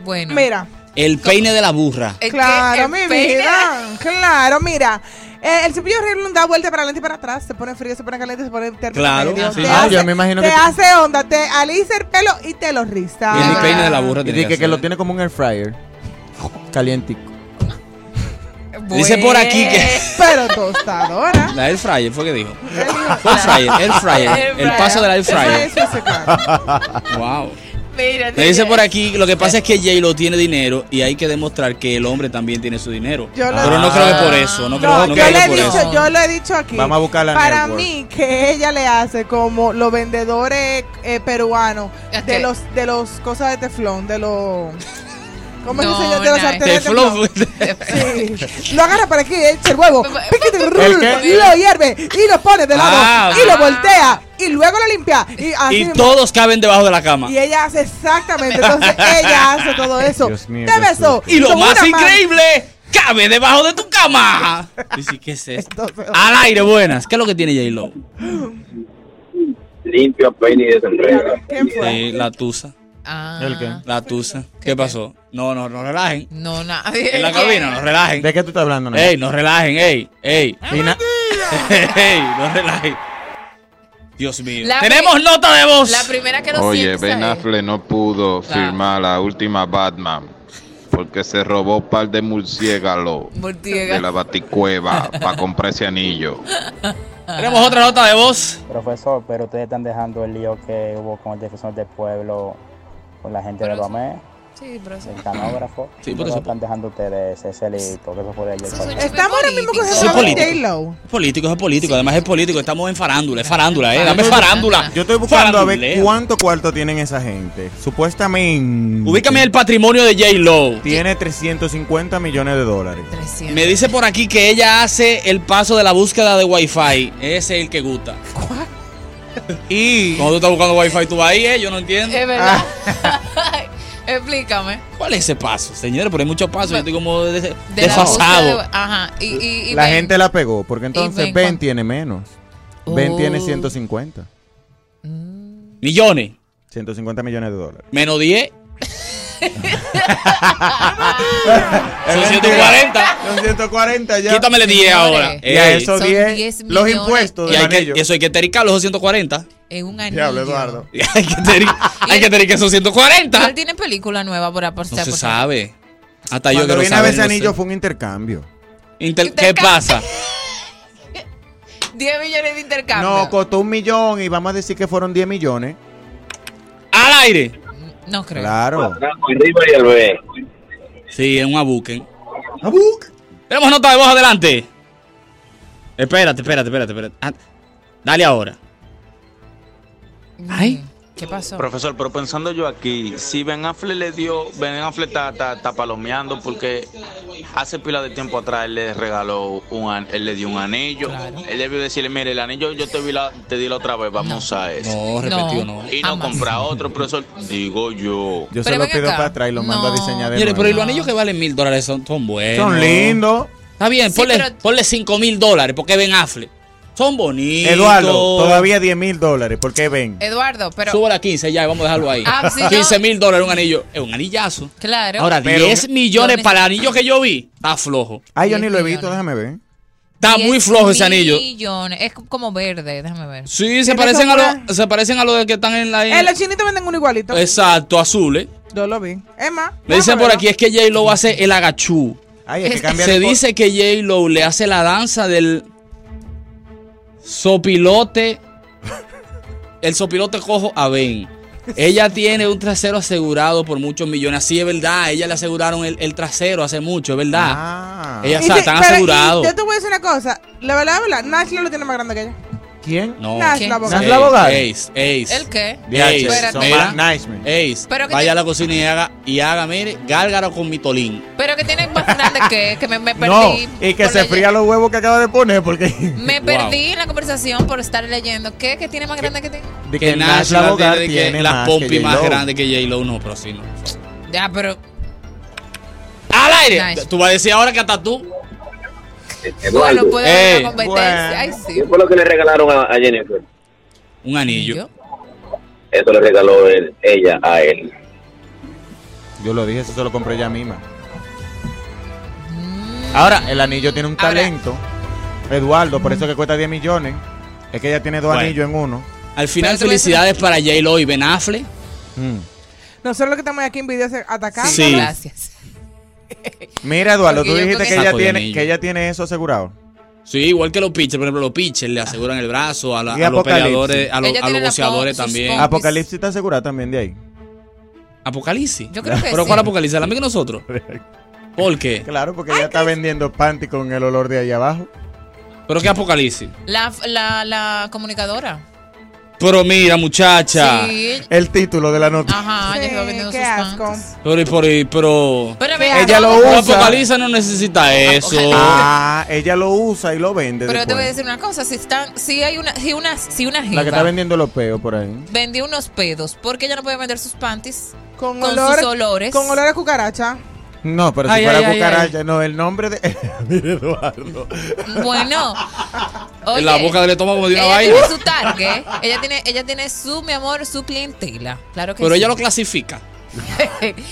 [SPEAKER 7] bueno.
[SPEAKER 3] Mira.
[SPEAKER 4] El peine de la burra.
[SPEAKER 7] Es que
[SPEAKER 3] Claro,
[SPEAKER 7] el
[SPEAKER 3] mi
[SPEAKER 7] peine-
[SPEAKER 3] vida. Claro, mira. Eh, el cepillo Revlon da vuelta para adelante y para atrás. Se pone frío, se pone caliente, se pone térmico
[SPEAKER 4] Claro,
[SPEAKER 3] medio.
[SPEAKER 4] sí.
[SPEAKER 3] Te
[SPEAKER 6] Ah,
[SPEAKER 3] hace-
[SPEAKER 6] yo me imagino
[SPEAKER 3] te
[SPEAKER 6] que-
[SPEAKER 3] hace onda, te alisa el pelo y te lo riza.
[SPEAKER 4] Y el peine de la burra
[SPEAKER 6] Y
[SPEAKER 4] tiene
[SPEAKER 6] dije
[SPEAKER 4] que
[SPEAKER 6] que,
[SPEAKER 4] hacer.
[SPEAKER 6] lo tiene como un air fryer. Calientico.
[SPEAKER 4] Dice por aquí que.
[SPEAKER 3] Pero tostadora.
[SPEAKER 4] [laughs] La air fryer fue que dijo. Fue el fryer,
[SPEAKER 3] [laughs]
[SPEAKER 4] air fryer. El paso del air fryer. Wow.
[SPEAKER 7] Mira,
[SPEAKER 4] Te dice por aquí, lo que pasa es que Jay lo tiene dinero y hay que demostrar que el hombre también tiene su dinero.
[SPEAKER 3] Yo lo- Ah.
[SPEAKER 4] Pero no creo que por eso, no creo, no
[SPEAKER 3] No, yo,
[SPEAKER 4] creo
[SPEAKER 3] le
[SPEAKER 4] que
[SPEAKER 3] he
[SPEAKER 4] por
[SPEAKER 3] dicho,
[SPEAKER 4] eso.
[SPEAKER 3] yo lo he dicho aquí.
[SPEAKER 4] Vamos a buscar la
[SPEAKER 3] Para
[SPEAKER 4] network.
[SPEAKER 3] mí, que ella le hace como los vendedores eh, peruanos de los de los cosas de teflón, de los. ¿Cómo
[SPEAKER 7] No,
[SPEAKER 3] se dice? De los
[SPEAKER 7] no.
[SPEAKER 3] sartenes de
[SPEAKER 7] Teflón.
[SPEAKER 4] [laughs]
[SPEAKER 3] teflón. Sí. Lo agarra para aquí, echa el huevo, piquete,
[SPEAKER 4] ¿El qué?
[SPEAKER 3] lo hierve y lo pone de lado
[SPEAKER 4] Ah.
[SPEAKER 3] y lo voltea y luego lo limpia. Y, así
[SPEAKER 4] Y
[SPEAKER 3] mismo.
[SPEAKER 4] todos caben debajo de la cama.
[SPEAKER 3] Y ella hace
[SPEAKER 4] [laughs]
[SPEAKER 3] exactamente, entonces ella hace todo eso.
[SPEAKER 4] Dios mío,
[SPEAKER 3] Te
[SPEAKER 4] qué
[SPEAKER 3] besó.
[SPEAKER 4] Y lo
[SPEAKER 3] como
[SPEAKER 4] más
[SPEAKER 3] una mano.
[SPEAKER 4] increíble, cabe debajo de tu cama. Dice, ¿qué es esto? Al aire, buenas. ¿Qué es lo que tiene J-Lo?
[SPEAKER 10] Limpio, peine y desenredo.
[SPEAKER 4] Eh, la tusa.
[SPEAKER 7] ¿El qué?
[SPEAKER 4] La tusa. ¿Qué pasó? No, no, no relajen.
[SPEAKER 7] No, nada. [laughs]
[SPEAKER 4] En la cabina, no relajen.
[SPEAKER 6] ¿De qué tú estás hablando, Nacho?
[SPEAKER 4] Ey, no relajen, ey, ey. [laughs] Ey, no relajen. Dios mío.
[SPEAKER 7] La
[SPEAKER 4] Tenemos
[SPEAKER 7] pri-
[SPEAKER 4] nota de voz.
[SPEAKER 7] La primera que lo
[SPEAKER 12] Oye,
[SPEAKER 7] siente,
[SPEAKER 12] Ben
[SPEAKER 7] ¿sabes?
[SPEAKER 12] Affleck no pudo
[SPEAKER 7] Claro.
[SPEAKER 12] firmar la última Batman porque se robó un par de murciélagos
[SPEAKER 7] Murciélago.
[SPEAKER 12] de la baticueva para comprar ese anillo.
[SPEAKER 4] Tenemos otra nota de voz.
[SPEAKER 13] Profesor, pero ustedes están dejando el lío que hubo con el defensor del pueblo, con la gente de Bamé,
[SPEAKER 7] Sí, pero eso.
[SPEAKER 13] el canógrafo.
[SPEAKER 4] Sí,
[SPEAKER 13] ¿Cómo están dejando ustedes ese delito, que eso fue de ayer. para hoy?
[SPEAKER 3] Estamos ahora mismo con
[SPEAKER 4] Eso es
[SPEAKER 3] el programa de
[SPEAKER 4] político.
[SPEAKER 3] J-Lo.
[SPEAKER 4] Es político, es político. Además es político. Estamos en farándula, es farándula, eh. Dame farándula.
[SPEAKER 6] Yo estoy buscando a ver
[SPEAKER 4] Farandulea.
[SPEAKER 6] cuánto cuarto tienen esa gente. Supuestamente.
[SPEAKER 4] Ubícame el patrimonio de J-Lo.
[SPEAKER 6] Tiene 350 millones de dólares.
[SPEAKER 4] Me dice por aquí que ella hace el paso de la búsqueda de Wi-Fi. Ese es el que gusta. Y cuando tú estás buscando Wi-Fi, tú vas ahí, eh. Yo no entiendo.
[SPEAKER 7] Es verdad.
[SPEAKER 3] Ah.
[SPEAKER 7] Explícame.
[SPEAKER 4] ¿Cuál es ese paso, señores? Pero hay muchos pasos. Yo estoy como des-
[SPEAKER 7] De la
[SPEAKER 4] desfasado.
[SPEAKER 7] búsqueda de- Ajá. Y, y, y
[SPEAKER 6] La
[SPEAKER 7] Ben,
[SPEAKER 6] gente la pegó, porque entonces
[SPEAKER 7] ven
[SPEAKER 6] Ben
[SPEAKER 7] cuán-
[SPEAKER 6] tiene menos. Ben
[SPEAKER 7] Oh.
[SPEAKER 6] tiene 150.
[SPEAKER 4] Millones.
[SPEAKER 6] 150 millones de dólares.
[SPEAKER 4] Menos
[SPEAKER 6] [laughs]
[SPEAKER 4] 10. Son
[SPEAKER 6] Es
[SPEAKER 4] 140.
[SPEAKER 6] mentira. Son 140 ya.
[SPEAKER 4] Quítamele 10 ahora.
[SPEAKER 6] Y a
[SPEAKER 4] Ey.
[SPEAKER 6] esos
[SPEAKER 4] Son
[SPEAKER 6] 10,
[SPEAKER 7] 10
[SPEAKER 6] los
[SPEAKER 7] millones.
[SPEAKER 6] impuestos
[SPEAKER 4] Y
[SPEAKER 6] del
[SPEAKER 4] hay que,
[SPEAKER 6] anillo.
[SPEAKER 4] eso hay que tericar los 240.
[SPEAKER 7] En un anillo.
[SPEAKER 6] Diablo, Eduardo.
[SPEAKER 4] [laughs] Y hay que tericar, hay que tericar esos 140.
[SPEAKER 7] Pero él tiene película nueva por aportar.
[SPEAKER 4] No se sabe. Hasta yo
[SPEAKER 6] Cuando
[SPEAKER 4] que lo
[SPEAKER 6] vine a
[SPEAKER 4] sabe.
[SPEAKER 6] ver ese
[SPEAKER 4] no
[SPEAKER 6] anillo
[SPEAKER 4] sé.
[SPEAKER 6] fue un intercambio.
[SPEAKER 4] Inter- ¿Qué pasa?
[SPEAKER 7] 10 millones de intercambio.
[SPEAKER 6] No, costó un millón y vamos a decir que fueron 10 millones.
[SPEAKER 4] Al aire.
[SPEAKER 7] No creo.
[SPEAKER 6] Claro.
[SPEAKER 4] Arriba y al bebé. Sí, es un abuquen. ¿Abuquen? Tenemos nota de voz adelante. Espérate, espérate, espérate, espérate. Ah, dale ahora.
[SPEAKER 7] Ay. ¿Qué pasó?
[SPEAKER 14] Profesor, pero pensando yo aquí, si Ben Affle le dio, Ben Affle está, está- está palomeando porque hace pila de tiempo atrás él le regaló un, an- él le dio un anillo. Él debió decirle, mire, el anillo yo te, vi la- te di la otra vez, vamos a eso.
[SPEAKER 4] No, repetido, no.
[SPEAKER 14] Y no comprar otro, profesor. Digo yo.
[SPEAKER 6] Yo se lo pido para atrás y lo mando a diseñar de
[SPEAKER 4] Mire, pero y
[SPEAKER 6] nuevo.
[SPEAKER 4] los anillos que valen mil dólares son, son buenos.
[SPEAKER 6] Son lindos.
[SPEAKER 4] Está bien, ponle, ponle cinco mil dólares porque Ben Affle. Son bonitos.
[SPEAKER 6] Eduardo, todavía 10 mil dólares. ¿Por qué ven?
[SPEAKER 7] Eduardo, pero.
[SPEAKER 4] Súbale a 15 ya, vamos a dejarlo ahí.
[SPEAKER 7] Ah, sí, no.
[SPEAKER 4] 15 mil dólares un anillo. Es un anillazo.
[SPEAKER 7] Claro.
[SPEAKER 4] Ahora,
[SPEAKER 6] Pero-
[SPEAKER 4] 10 millones para el anillo que yo vi. Está flojo.
[SPEAKER 6] Ay, Ah, yo ni lo he visto, déjame ver.
[SPEAKER 4] Está muy flojo ese anillo.
[SPEAKER 7] Millones. Es como verde, déjame ver.
[SPEAKER 4] Sí, se
[SPEAKER 7] Tiene
[SPEAKER 4] parecen,
[SPEAKER 7] como
[SPEAKER 4] a los, se parecen a los de que están en la...
[SPEAKER 3] Eh, los chinitos venden uno igualito.
[SPEAKER 4] Exacto, azules.
[SPEAKER 3] Yo lo vi. Es más,
[SPEAKER 4] Me dicen por aquí es que J-Lo hace el agachú.
[SPEAKER 3] es que cambiar
[SPEAKER 4] Se
[SPEAKER 3] de po-
[SPEAKER 4] dice que J-Lo le hace la danza del sopilote. El sopilote cojo a Ben. Ella tiene un trasero asegurado por muchos millones. Sí, es verdad. Ella le aseguraron el, el trasero hace mucho, es verdad.
[SPEAKER 6] Ah,
[SPEAKER 4] Ella
[SPEAKER 3] Ah. Y
[SPEAKER 4] está,
[SPEAKER 3] te-
[SPEAKER 4] están
[SPEAKER 3] pero- y
[SPEAKER 4] asegurados.
[SPEAKER 3] Yo te voy a decir una cosa. La verdad, la verdad, Nashla lo tiene más grande que ella.
[SPEAKER 6] ¿Quién?
[SPEAKER 4] No.
[SPEAKER 3] Nas, la abogada.
[SPEAKER 4] Ace,
[SPEAKER 3] Nas, la abogada.
[SPEAKER 4] Ace, Ace.
[SPEAKER 3] ¿El qué?
[SPEAKER 4] Ace.
[SPEAKER 7] Espérate.
[SPEAKER 4] Mira,
[SPEAKER 7] Son
[SPEAKER 6] más nice, man.
[SPEAKER 4] Ace,
[SPEAKER 7] Pero que
[SPEAKER 4] vaya
[SPEAKER 7] te-
[SPEAKER 4] a la cocina y haga, y haga, mire, gárgaro con mitolín.
[SPEAKER 7] Pero que tienen
[SPEAKER 6] [laughs]
[SPEAKER 7] más grande que, que me, me
[SPEAKER 6] No,
[SPEAKER 7] perdí.
[SPEAKER 6] y que se fría los huevos que acaba de poner
[SPEAKER 4] [laughs]
[SPEAKER 6] porque...
[SPEAKER 7] Me perdí en la conversación por estar leyendo. ¿Qué? ¿Qué tiene más grande que te?
[SPEAKER 4] que,
[SPEAKER 6] De que
[SPEAKER 4] Nash
[SPEAKER 6] Nash la
[SPEAKER 4] la
[SPEAKER 6] abogada
[SPEAKER 4] tiene de que
[SPEAKER 6] tiene
[SPEAKER 4] las
[SPEAKER 6] más
[SPEAKER 4] pompis
[SPEAKER 6] que
[SPEAKER 4] más
[SPEAKER 6] J-Lo.
[SPEAKER 4] grandes que J-Lo, no, pero sí, no.
[SPEAKER 7] Ya, pero.
[SPEAKER 4] ¡Al aire!
[SPEAKER 7] Nice.
[SPEAKER 4] Tú vas a decir ahora que hasta tú.
[SPEAKER 7] Bueno, puede
[SPEAKER 6] Eh,
[SPEAKER 7] haber
[SPEAKER 4] Ey.
[SPEAKER 7] una competencia. Ay, sí.
[SPEAKER 15] ¿Qué fue lo que le regalaron a, a Jennifer?
[SPEAKER 4] Un anillo.
[SPEAKER 15] Eso le regaló él- ella a él.
[SPEAKER 6] Yo lo dije, eso se lo compré ella misma. Ahora, el anillo tiene un talento. Eduardo, por eso que cuesta 10 millones. Es que ella tiene dos
[SPEAKER 4] Bueno.
[SPEAKER 6] anillos en uno.
[SPEAKER 4] Al final,
[SPEAKER 3] Pero tú ves-
[SPEAKER 4] felicidades para J-Lo y Ben Affle.
[SPEAKER 3] Nosotros lo que estamos aquí en video es atacando.
[SPEAKER 4] Sí.
[SPEAKER 7] Gracias.
[SPEAKER 6] Mira, Eduardo, tú
[SPEAKER 3] Porque yo
[SPEAKER 6] dijiste que
[SPEAKER 3] creo que-
[SPEAKER 6] ella,
[SPEAKER 4] Saco de
[SPEAKER 6] tiene,
[SPEAKER 4] anillo.
[SPEAKER 6] que ella tiene eso asegurado.
[SPEAKER 4] Sí, igual que los pitchers, por ejemplo, los pitchers le aseguran el brazo, a, la-
[SPEAKER 6] Y
[SPEAKER 4] a los
[SPEAKER 6] Apocalipsis.
[SPEAKER 4] peleadores, a, los-
[SPEAKER 7] Ella
[SPEAKER 4] a
[SPEAKER 7] tiene
[SPEAKER 4] los
[SPEAKER 7] la
[SPEAKER 4] boxeadores
[SPEAKER 7] pom- sus
[SPEAKER 4] también.
[SPEAKER 7] pompis.
[SPEAKER 6] Apocalipsis está asegurada también de ahí.
[SPEAKER 4] Apocalipsis. Yo
[SPEAKER 7] creo que
[SPEAKER 4] ¿Pero
[SPEAKER 7] sí.
[SPEAKER 4] cuál Apocalipsis? ¿El amigo de nosotros? ¿Por qué?
[SPEAKER 6] Claro, porque ella está vendiendo panty con el olor de ahí abajo.
[SPEAKER 4] ¿Pero qué Apocalipsis?
[SPEAKER 7] La, la, la comunicadora.
[SPEAKER 4] Pero mira, muchacha.
[SPEAKER 7] Sí.
[SPEAKER 6] El título de la nota.
[SPEAKER 7] Ajá, ella estaba vendiendo sus asco.
[SPEAKER 4] Pero, pero, pero.
[SPEAKER 7] Pero
[SPEAKER 6] Ella lo
[SPEAKER 4] Pero
[SPEAKER 6] usa.
[SPEAKER 4] Apocalipsis no necesita eso.
[SPEAKER 6] Ah, ella lo usa y lo vende.
[SPEAKER 7] Pero te voy a
[SPEAKER 6] después.
[SPEAKER 7] decir una cosa, si están, si hay una, si una, si una
[SPEAKER 6] La que está
[SPEAKER 7] jiba
[SPEAKER 6] vendiendo los peos por ahí.
[SPEAKER 7] vendió unos pedos, porque ella no puede vender sus panties con,
[SPEAKER 3] olor-
[SPEAKER 7] sus olores.
[SPEAKER 3] Con olor a cucaracha.
[SPEAKER 6] No, pero
[SPEAKER 7] Ay,
[SPEAKER 6] si fuera
[SPEAKER 7] ay, ay,
[SPEAKER 6] cucaracha, no, el nombre de. [laughs] Mira, Eduardo.
[SPEAKER 7] Bueno, oye,
[SPEAKER 4] en la boca del estómago de una
[SPEAKER 7] ella
[SPEAKER 4] vaina.
[SPEAKER 7] tiene su target, ella tiene, ella tiene su, mi amor, su clientela, claro que
[SPEAKER 4] Pero
[SPEAKER 7] sí.
[SPEAKER 4] ella lo clasifica.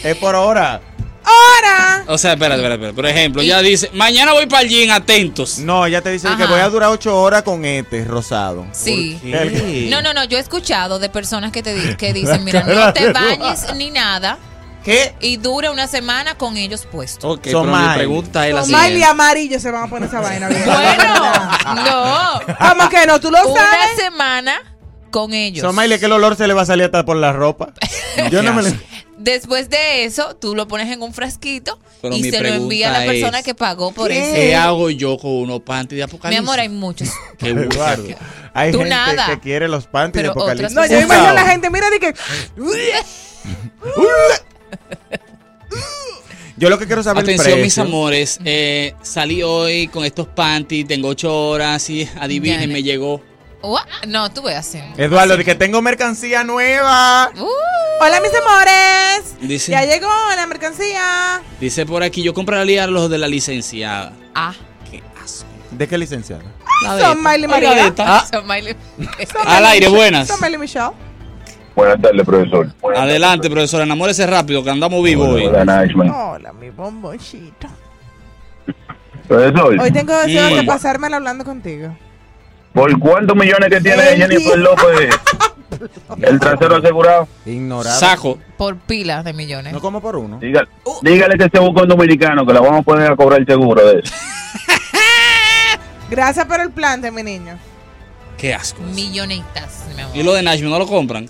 [SPEAKER 6] es por hora.
[SPEAKER 3] ¡Hora!
[SPEAKER 4] O sea, espérate, espérate, espérate. Por ejemplo, ella dice, mañana voy para el gym, atentos.
[SPEAKER 6] No, ella te dice
[SPEAKER 7] Ajá.
[SPEAKER 6] que voy a durar ocho horas con este rosado.
[SPEAKER 7] Sí.
[SPEAKER 6] ¿Por qué?
[SPEAKER 7] No, no, no, yo he escuchado de personas que te di-
[SPEAKER 4] [laughs]
[SPEAKER 7] que dicen, mira,
[SPEAKER 6] cara
[SPEAKER 7] no te
[SPEAKER 6] de-
[SPEAKER 7] bañes ni nada.
[SPEAKER 6] ¿Qué?
[SPEAKER 7] Y dura una semana con ellos puestos.
[SPEAKER 4] Ok, pero
[SPEAKER 6] Son
[SPEAKER 4] mi
[SPEAKER 6] mal.
[SPEAKER 4] pregunta es la
[SPEAKER 3] Mal y
[SPEAKER 4] siguiente.
[SPEAKER 3] amarillo se van a poner esa vaina. [laughs]
[SPEAKER 7] No.
[SPEAKER 3] ¿Cómo que no? ¿Tú lo
[SPEAKER 7] una
[SPEAKER 3] sabes?
[SPEAKER 7] semana con ellos.
[SPEAKER 6] Somaile, que el olor se le va a salir hasta por
[SPEAKER 7] [laughs]
[SPEAKER 6] la ropa. Yo no me lo-
[SPEAKER 7] Después de eso, tú lo pones en un frasquito
[SPEAKER 4] Pero
[SPEAKER 7] y
[SPEAKER 4] mi
[SPEAKER 7] se lo envía a la
[SPEAKER 4] pregunta
[SPEAKER 7] persona
[SPEAKER 4] es,
[SPEAKER 7] que pagó por
[SPEAKER 4] ¿Qué
[SPEAKER 7] eso.
[SPEAKER 4] hago yo con unos panties de
[SPEAKER 7] Mi
[SPEAKER 4] apocalipsis?
[SPEAKER 7] amor, hay muchos.
[SPEAKER 4] Qué
[SPEAKER 6] [laughs] Eduardo,
[SPEAKER 4] burro.
[SPEAKER 6] Hay
[SPEAKER 7] Tú
[SPEAKER 6] gente
[SPEAKER 7] nada.
[SPEAKER 6] que quiere los panties
[SPEAKER 7] Pero
[SPEAKER 6] de
[SPEAKER 7] otras
[SPEAKER 6] apocalipsis.
[SPEAKER 3] No, yo me
[SPEAKER 6] Usado.
[SPEAKER 3] imagino a la gente, mira, de que.
[SPEAKER 6] [laughs] Yo lo que quiero saber es el
[SPEAKER 4] Atención,
[SPEAKER 6] precio.
[SPEAKER 4] mis amores. eh, salí hoy con estos panties, tengo ocho horas y adivinen, me llegó.
[SPEAKER 7] Ua- No, tú veas. sí.
[SPEAKER 6] Eduardo, de que tengo mercancía nueva.
[SPEAKER 7] Uh.
[SPEAKER 3] Hola, mis amores.
[SPEAKER 4] Dice-
[SPEAKER 3] Ya llegó la mercancía.
[SPEAKER 4] Dice por aquí, yo compraría los de la licenciada.
[SPEAKER 7] Ah.
[SPEAKER 6] ¿De qué licenciada?
[SPEAKER 3] Son Miley
[SPEAKER 4] Oiga, de
[SPEAKER 3] María.
[SPEAKER 4] esta. Ah.
[SPEAKER 7] Son Miley-
[SPEAKER 4] Al aire, buenas.
[SPEAKER 3] Son Miley Michelle.
[SPEAKER 4] Buenas tardes, profesor. Adelante, profesor. Enamórese rápido, que andamos vivos hoy.
[SPEAKER 3] Hola, mi bombochito.
[SPEAKER 16] Profesor,
[SPEAKER 3] Hoy tengo deseos de
[SPEAKER 16] ¿por,
[SPEAKER 4] Mm.
[SPEAKER 3] pasármela hablando contigo.
[SPEAKER 16] por cuántos millones que tiene Jennifer López el trasero asegurado?
[SPEAKER 6] Ignorado.
[SPEAKER 4] Saco.
[SPEAKER 7] Por pilas de millones. No
[SPEAKER 6] como por uno.
[SPEAKER 16] Dígale, dígale que se busca un dominicano, que la vamos a poner a cobrar el seguro de eso.
[SPEAKER 3] Gracias por el plan de mi niño.
[SPEAKER 4] Qué asco.
[SPEAKER 7] Millonitas, mi amor.
[SPEAKER 4] Y lo de Nashville no lo compran.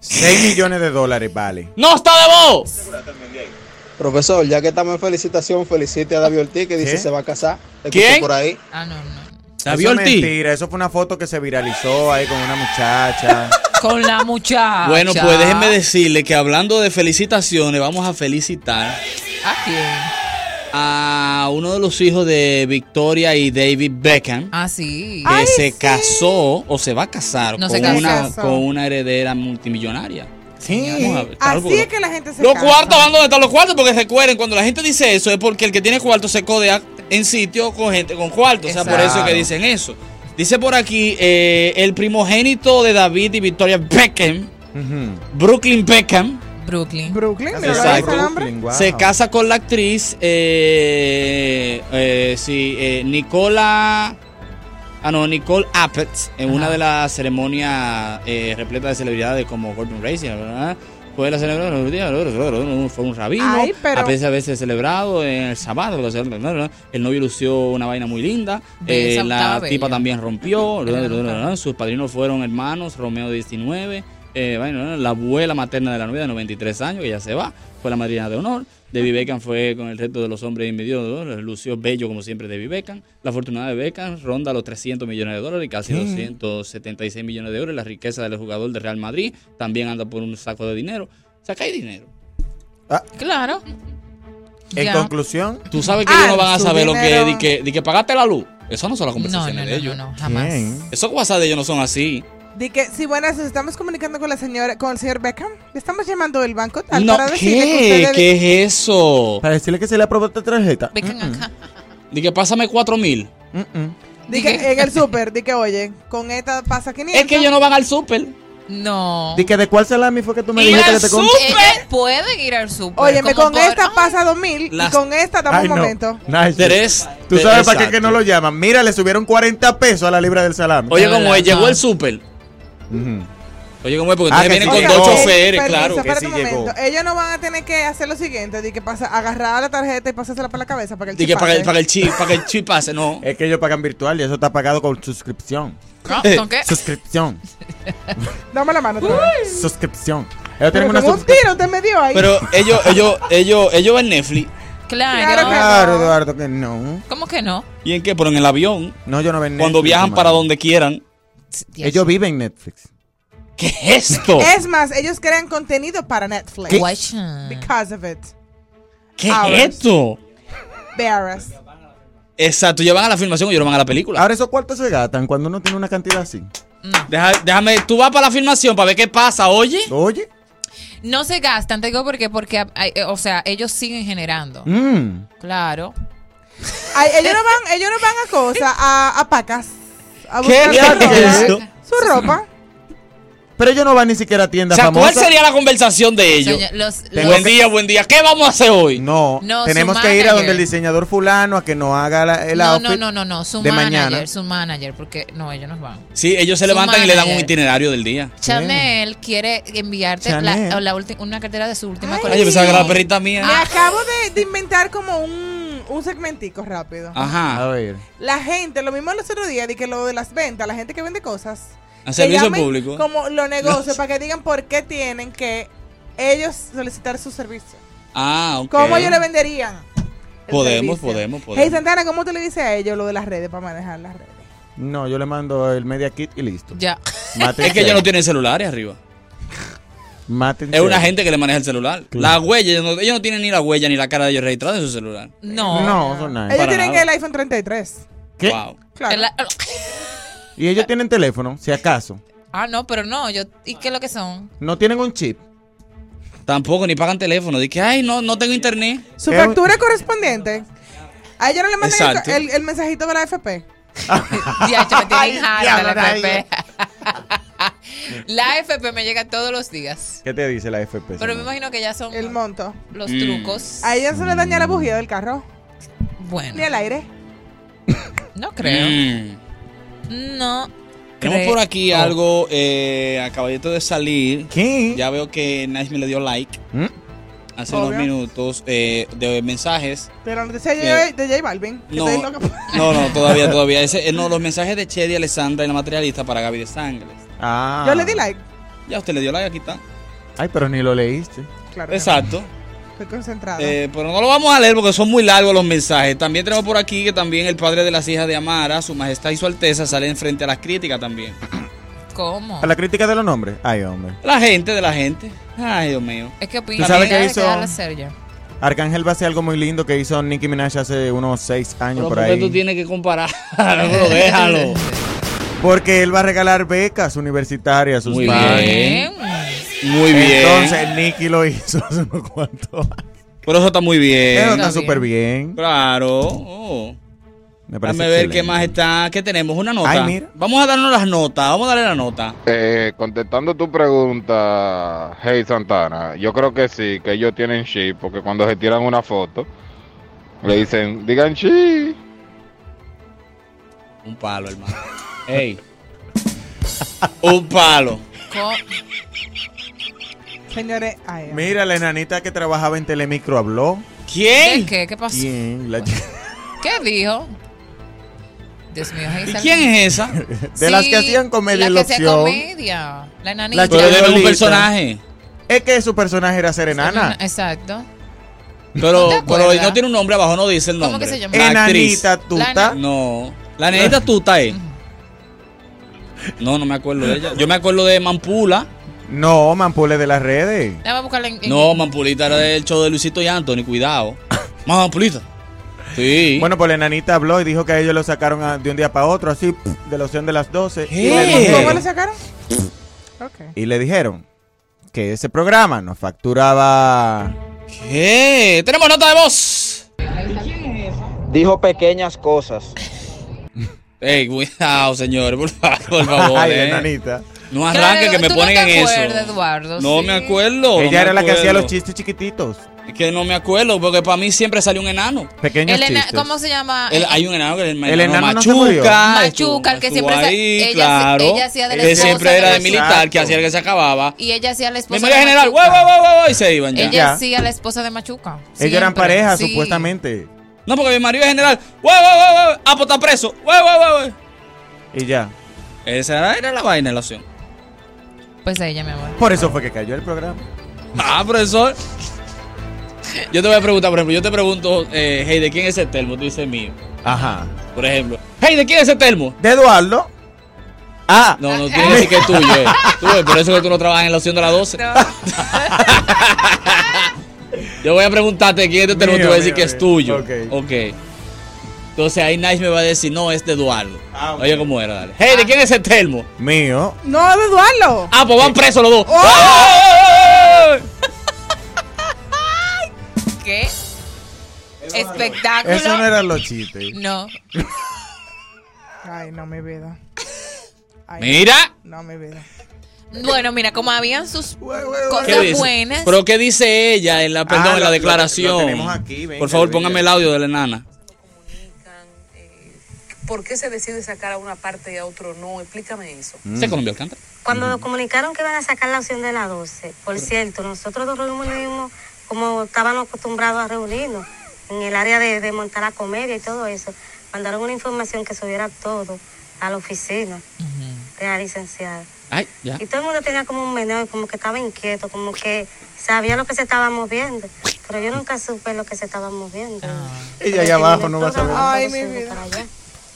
[SPEAKER 6] 6 millones de dólares vale.
[SPEAKER 4] ¡No está de vos!
[SPEAKER 11] Profesor, ya que estamos en felicitación, felicite a David Ortiz que dice
[SPEAKER 6] ¿Qué?
[SPEAKER 11] se va a casar. Escuché
[SPEAKER 6] ¿Quién?
[SPEAKER 11] por ahí.
[SPEAKER 6] Eso es mentira, eso fue una foto que se viralizó ahí con
[SPEAKER 4] [laughs]
[SPEAKER 6] una muchacha.
[SPEAKER 7] Con
[SPEAKER 10] [laughs]
[SPEAKER 7] la muchacha.
[SPEAKER 4] Bueno, pues déjenme decirle que hablando de felicitaciones, vamos a felicitar
[SPEAKER 7] ¿A quién?
[SPEAKER 4] a uno de los hijos de Victoria y David Beckham.
[SPEAKER 7] Ah, sí.
[SPEAKER 4] Que se casó o se va a casar
[SPEAKER 7] No,
[SPEAKER 4] con,
[SPEAKER 7] se casó.
[SPEAKER 4] una,
[SPEAKER 7] Casó.
[SPEAKER 4] con una heredera multimillonaria. Sí.
[SPEAKER 3] Así es que la gente se
[SPEAKER 4] Los
[SPEAKER 3] casa.
[SPEAKER 4] cuartos, ¿van dónde están los cuartos? Porque recuerden, cuando la gente dice eso es porque el que tiene cuartos se codea en sitio con gente con cuartos. O sea, por
[SPEAKER 6] Exacto.
[SPEAKER 4] eso es que dicen eso. Dice por aquí, eh, el primogénito de David y Victoria Beckham, Brooklyn Beckham,
[SPEAKER 7] Brooklyn.
[SPEAKER 3] Brooklyn, mira,
[SPEAKER 4] Exacto.
[SPEAKER 3] ese nombre.
[SPEAKER 4] se casa con la actriz eh, eh, sí, eh, Nicola... Ah, no, Nicole Appetz, en una de las ceremonias eh, repletas de celebridades como Gordon Ramsay, ¿verdad? Fue la celebración, fue un rabino,
[SPEAKER 3] Ay, pero-
[SPEAKER 4] a pesar de haberse celebrado en el sábado, el novio lució una vaina muy linda,
[SPEAKER 7] Ve, esa
[SPEAKER 4] eh, la
[SPEAKER 7] estaba
[SPEAKER 4] tipa
[SPEAKER 7] bella.
[SPEAKER 4] también rompió, sus padrinos fueron hermanos, Romeo de 19, eh, bueno, la abuela materna de la novia de 93 años, que ya se va, fue la madrina de honor. David Beckham fue con el resto de los hombres y medio, lució bello como siempre David Beckham. La fortuna de Beckham ronda los 300 millones de dólares y casi
[SPEAKER 6] Sí.
[SPEAKER 4] 276 millones de euros. La riqueza del jugador de Real Madrid también anda por un saco de dinero. O sea, que hay dinero.
[SPEAKER 7] Claro.
[SPEAKER 6] En
[SPEAKER 4] Ya.
[SPEAKER 6] conclusión,
[SPEAKER 4] Tú sabes que
[SPEAKER 6] Ah,
[SPEAKER 4] ellos no van a
[SPEAKER 6] su
[SPEAKER 4] saber lo
[SPEAKER 6] dinero.
[SPEAKER 4] que, di que, di que pagaste la luz. Eso no son las conversaciones
[SPEAKER 7] no,
[SPEAKER 4] de
[SPEAKER 7] no,
[SPEAKER 4] ellos.
[SPEAKER 7] no, jamás.
[SPEAKER 6] ¿Quién?
[SPEAKER 4] Esos WhatsApp de ellos no son así.
[SPEAKER 3] Di que, sí, buenas, nos estamos comunicando con la señora, con el señor Beckham. Le estamos llamando del banco tal
[SPEAKER 4] No,
[SPEAKER 3] para decirle que
[SPEAKER 4] ¿qué?
[SPEAKER 3] usted
[SPEAKER 4] ¿Qué es eso?
[SPEAKER 6] Para decirle que se le aprobó esta tarjeta. Mm,
[SPEAKER 4] Di que pásame 4 mil.
[SPEAKER 3] Di que en el súper, di que, oye, con esta pasa 500.
[SPEAKER 4] Es que ellos no van al súper.
[SPEAKER 7] No.
[SPEAKER 6] Di que de cuál salami fue que tú me
[SPEAKER 3] Y
[SPEAKER 6] dijiste
[SPEAKER 3] al
[SPEAKER 6] que te compré.
[SPEAKER 7] Ellos pueden ir al súper.
[SPEAKER 3] Óyeme,
[SPEAKER 7] como
[SPEAKER 3] con
[SPEAKER 7] por-
[SPEAKER 3] esta pasa 2000
[SPEAKER 6] Las-
[SPEAKER 3] y con esta dame
[SPEAKER 6] Ay,
[SPEAKER 3] un
[SPEAKER 6] no.
[SPEAKER 3] momento.
[SPEAKER 6] Nice.
[SPEAKER 4] Tres.
[SPEAKER 6] ¿Tú
[SPEAKER 4] Te-
[SPEAKER 6] sabes para qué
[SPEAKER 4] exacto.
[SPEAKER 6] que no lo llaman? Mira, le subieron 40 pesos a la libra del salami.
[SPEAKER 4] Oye, como es, llegó el súper.
[SPEAKER 6] Ujú.
[SPEAKER 4] Oye, como es, porque ustedes
[SPEAKER 6] Ah, que
[SPEAKER 4] vienen
[SPEAKER 6] sí
[SPEAKER 4] con
[SPEAKER 6] llegó.
[SPEAKER 4] dos
[SPEAKER 6] Ok,
[SPEAKER 4] choferes,
[SPEAKER 3] Permiso,
[SPEAKER 4] claro.
[SPEAKER 3] espérate un momento. Ellos no van a tener que hacer lo siguiente, di que pasa, agarrar la tarjeta y pasársela para la cabeza para que el
[SPEAKER 4] Di
[SPEAKER 3] chip
[SPEAKER 4] que para,
[SPEAKER 3] pase.
[SPEAKER 4] el- para el chip, para que el chip pase, no.
[SPEAKER 6] Es que ellos pagan virtual y eso está pagado con suscripción.
[SPEAKER 3] Ah,
[SPEAKER 6] Eh,
[SPEAKER 3] ¿con qué?
[SPEAKER 6] Suscripción.
[SPEAKER 3] Dame la mano otra vez.
[SPEAKER 6] suscripción. Ellos
[SPEAKER 3] Pero
[SPEAKER 6] tienen una
[SPEAKER 3] como un
[SPEAKER 6] suscripción.
[SPEAKER 3] tiro te me dio ahí.
[SPEAKER 4] Pero ellos, ellos, ellos, ellos ven Netflix.
[SPEAKER 7] Claro.
[SPEAKER 6] Claro, Eduardo, que no.
[SPEAKER 7] ¿Cómo que no?
[SPEAKER 4] ¿Y en qué? Pero en el avión.
[SPEAKER 6] No, yo no ven
[SPEAKER 4] Cuando
[SPEAKER 6] Netflix,
[SPEAKER 4] viajan
[SPEAKER 6] hermano.
[SPEAKER 4] para donde quieran.
[SPEAKER 6] Ellos viven Netflix.
[SPEAKER 4] ¿Qué es esto?
[SPEAKER 3] Es más, ellos crean contenido para Netflix.
[SPEAKER 6] ¿Qué?
[SPEAKER 3] Because of it.
[SPEAKER 4] ¿Qué
[SPEAKER 3] Hours.
[SPEAKER 4] es esto?
[SPEAKER 3] Bearers.
[SPEAKER 4] Exacto, ellos van a la filmación y ellos van a la película.
[SPEAKER 6] Ahora esos cuartos se gastan cuando uno tiene una cantidad así.
[SPEAKER 4] Deja- déjame, tú vas para la filmación para ver qué pasa, oye.
[SPEAKER 6] Oye.
[SPEAKER 7] No se gastan, te digo porque, porque hay- eh, o sea, ellos siguen generando.
[SPEAKER 6] Mm.
[SPEAKER 7] Claro.
[SPEAKER 3] Ay, ellos no van, ellos no van a cosas, a, a pacas. A
[SPEAKER 6] ¿Qué?
[SPEAKER 3] buscar
[SPEAKER 6] ¿Qué
[SPEAKER 3] su
[SPEAKER 6] es
[SPEAKER 3] ropa. Su ropa.
[SPEAKER 6] Pero ellos no van ni siquiera a
[SPEAKER 4] O
[SPEAKER 6] tiendas
[SPEAKER 4] sea, ¿cuál
[SPEAKER 6] famosas.
[SPEAKER 4] sería la conversación de ellos?
[SPEAKER 7] Señor, los-
[SPEAKER 4] Tengo Buen día, buen día. ¿Qué vamos a hacer hoy?
[SPEAKER 6] No,
[SPEAKER 7] No,
[SPEAKER 6] tenemos
[SPEAKER 7] su
[SPEAKER 6] que ir a
[SPEAKER 7] manager.
[SPEAKER 6] donde el diseñador fulano a que nos haga la- el
[SPEAKER 7] no,
[SPEAKER 6] outfit.
[SPEAKER 7] no, no, no, no, su
[SPEAKER 6] de
[SPEAKER 7] manager,
[SPEAKER 6] mañana.
[SPEAKER 7] su manager, porque no, ellos nos van.
[SPEAKER 4] Sí, ellos se
[SPEAKER 7] Su
[SPEAKER 4] levantan y le dan un
[SPEAKER 7] manager.
[SPEAKER 4] itinerario del día.
[SPEAKER 7] Chanel quiere enviarte
[SPEAKER 4] Chanel.
[SPEAKER 7] la, la ulti- una cartera de su última Ah.
[SPEAKER 4] Ay, yo
[SPEAKER 7] colección.
[SPEAKER 4] pensaba que era la perrita mía.
[SPEAKER 3] Me acabo de, de inventar como un, un segmentico rápido.
[SPEAKER 4] Ajá.
[SPEAKER 6] Ah, A ver.
[SPEAKER 3] La gente, lo mismo el otro día, de que lo de las ventas, la gente que vende cosas.
[SPEAKER 4] A
[SPEAKER 3] que
[SPEAKER 4] servicio
[SPEAKER 3] llamen
[SPEAKER 4] público.
[SPEAKER 3] Como los negocios, para que digan por qué tienen que ellos solicitar su servicio.
[SPEAKER 4] Ah, ok.
[SPEAKER 3] ¿Cómo ellos le venderían?
[SPEAKER 4] Podemos, podemos, podemos.
[SPEAKER 3] Hey Santana, ¿cómo tú le dices a ellos lo de las redes para manejar las redes?
[SPEAKER 6] No, yo le mando el media kit y listo.
[SPEAKER 7] Ya.
[SPEAKER 6] Mátense.
[SPEAKER 4] Es que ellos no tienen celulares arriba.
[SPEAKER 6] Mátense.
[SPEAKER 4] Es una gente que le maneja el celular. La huella, ellos no, ellos no tienen ni la huella ni la cara de ellos registrada en su celular.
[SPEAKER 7] No.
[SPEAKER 6] No, son nada.
[SPEAKER 3] ellos
[SPEAKER 6] Para
[SPEAKER 3] tienen
[SPEAKER 6] nada.
[SPEAKER 3] el iPhone 33.
[SPEAKER 6] ¿Qué?
[SPEAKER 4] Wow.
[SPEAKER 3] Claro.
[SPEAKER 7] La-
[SPEAKER 6] Y ellos tienen teléfono, si acaso.
[SPEAKER 7] ah, no, pero no, yo ¿y qué es lo que son?
[SPEAKER 6] No tienen un chip.
[SPEAKER 4] Tampoco, ni pagan teléfono. Dije, ay, no, no tengo internet.
[SPEAKER 3] Su factura correspondiente. A ellos no le mandan
[SPEAKER 4] Exacto.
[SPEAKER 3] el, el mensajito de la FP.
[SPEAKER 7] Ya, me tienen harta
[SPEAKER 3] diablo,
[SPEAKER 7] la
[SPEAKER 3] Nayo.
[SPEAKER 7] FP. la FP me llega todos los días.
[SPEAKER 6] ¿Qué te dice la FP?
[SPEAKER 7] Pero me
[SPEAKER 6] señor?
[SPEAKER 7] imagino que ya son
[SPEAKER 3] El monto.
[SPEAKER 7] los
[SPEAKER 6] Mm.
[SPEAKER 7] trucos.
[SPEAKER 3] A ellos se les daña la bujía del carro.
[SPEAKER 7] Bueno.
[SPEAKER 3] Ni el aire.
[SPEAKER 7] No creo.
[SPEAKER 4] Mm.
[SPEAKER 7] No.
[SPEAKER 4] Tenemos
[SPEAKER 7] creo.
[SPEAKER 4] por aquí algo, eh, acabadito de salir.
[SPEAKER 6] ¿Qué?
[SPEAKER 4] Ya veo que Nice me le dio like
[SPEAKER 6] ¿Mm?
[SPEAKER 4] hace
[SPEAKER 3] Obvio.
[SPEAKER 4] unos minutos eh, de mensajes.
[SPEAKER 3] De la noticia de,
[SPEAKER 4] Eh,
[SPEAKER 3] de J Balvin. que
[SPEAKER 4] no.
[SPEAKER 3] estoy loca por-
[SPEAKER 4] No, no,
[SPEAKER 3] [laughs]
[SPEAKER 4] todavía, todavía. Ese, eh, no, los mensajes de Chedi, Alessandra y la materialista para Gaby de Sangres.
[SPEAKER 6] Ah.
[SPEAKER 3] Yo le di like.
[SPEAKER 4] Ya usted le dio like, aquí está.
[SPEAKER 6] Ay, pero ni lo leíste.
[SPEAKER 3] Claro.
[SPEAKER 4] Exacto.
[SPEAKER 3] Estoy concentrada.
[SPEAKER 4] Eh, pero no lo vamos a leer porque son muy largos los mensajes. También tenemos por aquí que también el padre de las hijas de Amara, su majestad y su alteza, salen frente a las críticas también.
[SPEAKER 7] ¿Cómo?
[SPEAKER 6] A la crítica de los nombres. Ay, hombre.
[SPEAKER 4] La gente de la gente. Ay, Dios mío.
[SPEAKER 7] Es que
[SPEAKER 6] ¿Tú
[SPEAKER 7] opina.
[SPEAKER 6] sabes qué
[SPEAKER 7] Mira,
[SPEAKER 6] hizo?
[SPEAKER 7] déjala hacer ya.
[SPEAKER 6] Arcángel va a hacer algo muy lindo que hizo Nicki Minaj hace unos seis años por ahí.
[SPEAKER 4] tú tienes que comparar? [laughs] Pero déjalo.
[SPEAKER 6] Porque él va a regalar becas universitarias a sus
[SPEAKER 4] Muy
[SPEAKER 6] padres.
[SPEAKER 4] bien. Muy bien.
[SPEAKER 6] Entonces Nicky lo hizo hace unos cuantos años.
[SPEAKER 4] Pero eso está muy bien.
[SPEAKER 6] Eso está súper bien.
[SPEAKER 4] Claro. Oh.
[SPEAKER 6] Me parece
[SPEAKER 4] Déjame ver qué
[SPEAKER 6] excelente.
[SPEAKER 4] más está. ¿Qué tenemos? Una nota.
[SPEAKER 6] Ay, mira.
[SPEAKER 4] Vamos a darnos las notas. Vamos a darle la nota.
[SPEAKER 12] Eh, contestando tu pregunta, Hey Santana, yo creo que sí, que ellos tienen chip, porque cuando se tiran una foto, le dicen, digan chip.
[SPEAKER 4] Un palo, hermano.
[SPEAKER 6] [laughs]
[SPEAKER 4] Ey. Un palo.
[SPEAKER 3] Señores, ay, ay.
[SPEAKER 6] Mira, la enanita que trabajaba en Telemicro habló.
[SPEAKER 4] ¿Quién?
[SPEAKER 7] ¿De qué? ¿Qué pasó?
[SPEAKER 6] ¿Quién? La chica-
[SPEAKER 7] ¿Qué dijo? Dios mío,
[SPEAKER 4] ¿Y quién es
[SPEAKER 6] [laughs]
[SPEAKER 4] esa?
[SPEAKER 6] De las que hacían comedia en
[SPEAKER 7] La
[SPEAKER 6] la
[SPEAKER 7] que hacía
[SPEAKER 6] opción.
[SPEAKER 7] comedia. La enanita.
[SPEAKER 6] La
[SPEAKER 4] Pero
[SPEAKER 6] chica
[SPEAKER 4] él era un
[SPEAKER 6] Lolita.
[SPEAKER 4] personaje.
[SPEAKER 6] Es que su personaje era ser enana.
[SPEAKER 7] Ah, Exacto.
[SPEAKER 4] Pero,
[SPEAKER 7] ¿No te
[SPEAKER 4] pero
[SPEAKER 7] acuerdas?
[SPEAKER 4] no tiene un nombre abajo, no dice el
[SPEAKER 7] ¿Cómo
[SPEAKER 4] nombre.
[SPEAKER 7] que se llama?
[SPEAKER 4] La actriz.
[SPEAKER 6] Enanita tuta.
[SPEAKER 4] No. La nenita tuta es. No, no me acuerdo de ella. Yo me acuerdo de Mampula.
[SPEAKER 6] No, Mampule de las redes.
[SPEAKER 7] Déjame buscarla en. en-
[SPEAKER 4] No, Mampulita era del show de Luisito y Anthony, cuidado. Mampulita. Sí.
[SPEAKER 6] Bueno, pues la enanita habló y dijo que a ellos lo sacaron a- de un día para otro, así, de la opción de las 12. Y le
[SPEAKER 4] ¿Qué?
[SPEAKER 3] ¿Cómo
[SPEAKER 6] dijeron-
[SPEAKER 3] le sacaron? Ok.
[SPEAKER 6] y le dijeron que ese programa nos facturaba...
[SPEAKER 4] ¿Qué? Tenemos nota de voz.
[SPEAKER 1] Dijo pequeñas cosas.
[SPEAKER 4] Ey, cuidado, señor, por favor, por favor.
[SPEAKER 6] [laughs] Ay,
[SPEAKER 4] eh.
[SPEAKER 6] enanita.
[SPEAKER 4] No arranque que me
[SPEAKER 7] ¿Tú no
[SPEAKER 4] ponen
[SPEAKER 7] te
[SPEAKER 4] en eso.
[SPEAKER 7] acuerdas, Eduardo?
[SPEAKER 4] No
[SPEAKER 7] Sí.
[SPEAKER 4] me acuerdo. no me
[SPEAKER 6] Ella era la que hacía
[SPEAKER 4] acuerdo.
[SPEAKER 6] los chistes chiquititos.
[SPEAKER 4] Es Que no me acuerdo, porque para mí siempre salió un enano.
[SPEAKER 6] Pequeños
[SPEAKER 7] El ena-
[SPEAKER 6] chistes.
[SPEAKER 7] ¿Cómo se llama?
[SPEAKER 4] El- hay un enano que era el,
[SPEAKER 6] El enano no se
[SPEAKER 4] Machuca.
[SPEAKER 6] murió.
[SPEAKER 7] Machuca, el que siempre sa-
[SPEAKER 4] ahí,
[SPEAKER 7] ella-
[SPEAKER 4] claro.
[SPEAKER 7] ella hacía de la
[SPEAKER 4] Que
[SPEAKER 7] esposa
[SPEAKER 4] siempre
[SPEAKER 7] de
[SPEAKER 4] era de
[SPEAKER 7] Machuca.
[SPEAKER 4] militar, que hacía el que se acababa.
[SPEAKER 7] Y ella hacía la esposa.
[SPEAKER 4] Memoria
[SPEAKER 7] de
[SPEAKER 4] general,
[SPEAKER 7] Machuca.
[SPEAKER 4] guau, guau, guau, guau, y se iban ya.
[SPEAKER 7] Ella
[SPEAKER 6] Ya.
[SPEAKER 7] hacía la esposa de Machuca.
[SPEAKER 4] Eh,
[SPEAKER 6] Ellos eran
[SPEAKER 7] Siempre.
[SPEAKER 6] pareja,
[SPEAKER 7] Sí.
[SPEAKER 6] supuestamente.
[SPEAKER 4] No, porque mi marido es general. ¡Guau, guau, guau, guau! ¡Ah, pues está preso! ¡Guau, guau, guau, guau!
[SPEAKER 6] Y ya.
[SPEAKER 4] Esa era, era la vaina, la opción.
[SPEAKER 7] Pues ella, mi amor.
[SPEAKER 6] Por eso fue que cayó el programa.
[SPEAKER 4] Ah, profesor. Yo te voy a preguntar, por ejemplo, yo te pregunto, eh, hey, ¿de quién es ese termo? Tú dices mío,
[SPEAKER 6] Ajá.
[SPEAKER 4] por ejemplo. Hey, ¿de quién es ese termo?
[SPEAKER 6] De Eduardo. Ah,
[SPEAKER 7] [laughs]
[SPEAKER 4] No, no, tienes que decir que es tuyo, eh. Tú, eh, por eso que tú no trabajas en la opción de las 12. [laughs] Yo voy a preguntarte quién es este termo, tú
[SPEAKER 6] Mío,
[SPEAKER 4] vas a decir
[SPEAKER 6] mío,
[SPEAKER 4] que es
[SPEAKER 6] mío.
[SPEAKER 4] tuyo.
[SPEAKER 6] Ok.
[SPEAKER 4] ok. Entonces ahí Nice me va a decir, no, es de Eduardo.
[SPEAKER 6] Ah, ok.
[SPEAKER 4] Oye, ¿cómo era? Dale.
[SPEAKER 7] Ah.
[SPEAKER 4] Hey, ¿de quién es ese termo?
[SPEAKER 6] mío.
[SPEAKER 3] No, de Eduardo.
[SPEAKER 4] Ah, pues van presos los dos.
[SPEAKER 7] Oh.
[SPEAKER 4] ¡Ay!
[SPEAKER 7] ¿Qué? Espectáculo.
[SPEAKER 6] Eso no eran los chistes.
[SPEAKER 7] No.
[SPEAKER 3] Ay, no, mi vida. Ay,
[SPEAKER 4] Mira.
[SPEAKER 3] No, mi vida.
[SPEAKER 7] Bueno, mira, como habían sus
[SPEAKER 4] ¿Qué
[SPEAKER 7] cosas
[SPEAKER 4] dice?
[SPEAKER 7] buenas.
[SPEAKER 4] Pero ¿qué dice ella en la, perdón,
[SPEAKER 6] Ah,
[SPEAKER 4] en
[SPEAKER 6] lo-
[SPEAKER 4] la
[SPEAKER 6] lo-
[SPEAKER 4] declaración?
[SPEAKER 6] lo tenemos aquí, venga,
[SPEAKER 4] Por favor,
[SPEAKER 6] venga.
[SPEAKER 4] póngame el audio de la enana.
[SPEAKER 17] ¿Por qué se decide sacar a una parte y a otro no? Explícame eso.
[SPEAKER 4] ¿Se Colombia Alcántara?
[SPEAKER 18] Cuando nos comunicaron que iban a sacar la opción de la 12, por cierto, nosotros nos reunimos como estábamos acostumbrados a reunirnos, en el área de, de montar la comedia y todo eso. Mandaron una información que subiera todo a la oficina de la licenciada.
[SPEAKER 4] Ay, ya.
[SPEAKER 18] Y todo el mundo tenía como un meneo, como que estaba inquieto, como que sabía lo que se estaba moviendo, pero yo nunca supe lo que se estaba moviendo.
[SPEAKER 6] Ella allá abajo no va a saber.
[SPEAKER 18] Ay,
[SPEAKER 3] mi
[SPEAKER 18] vida.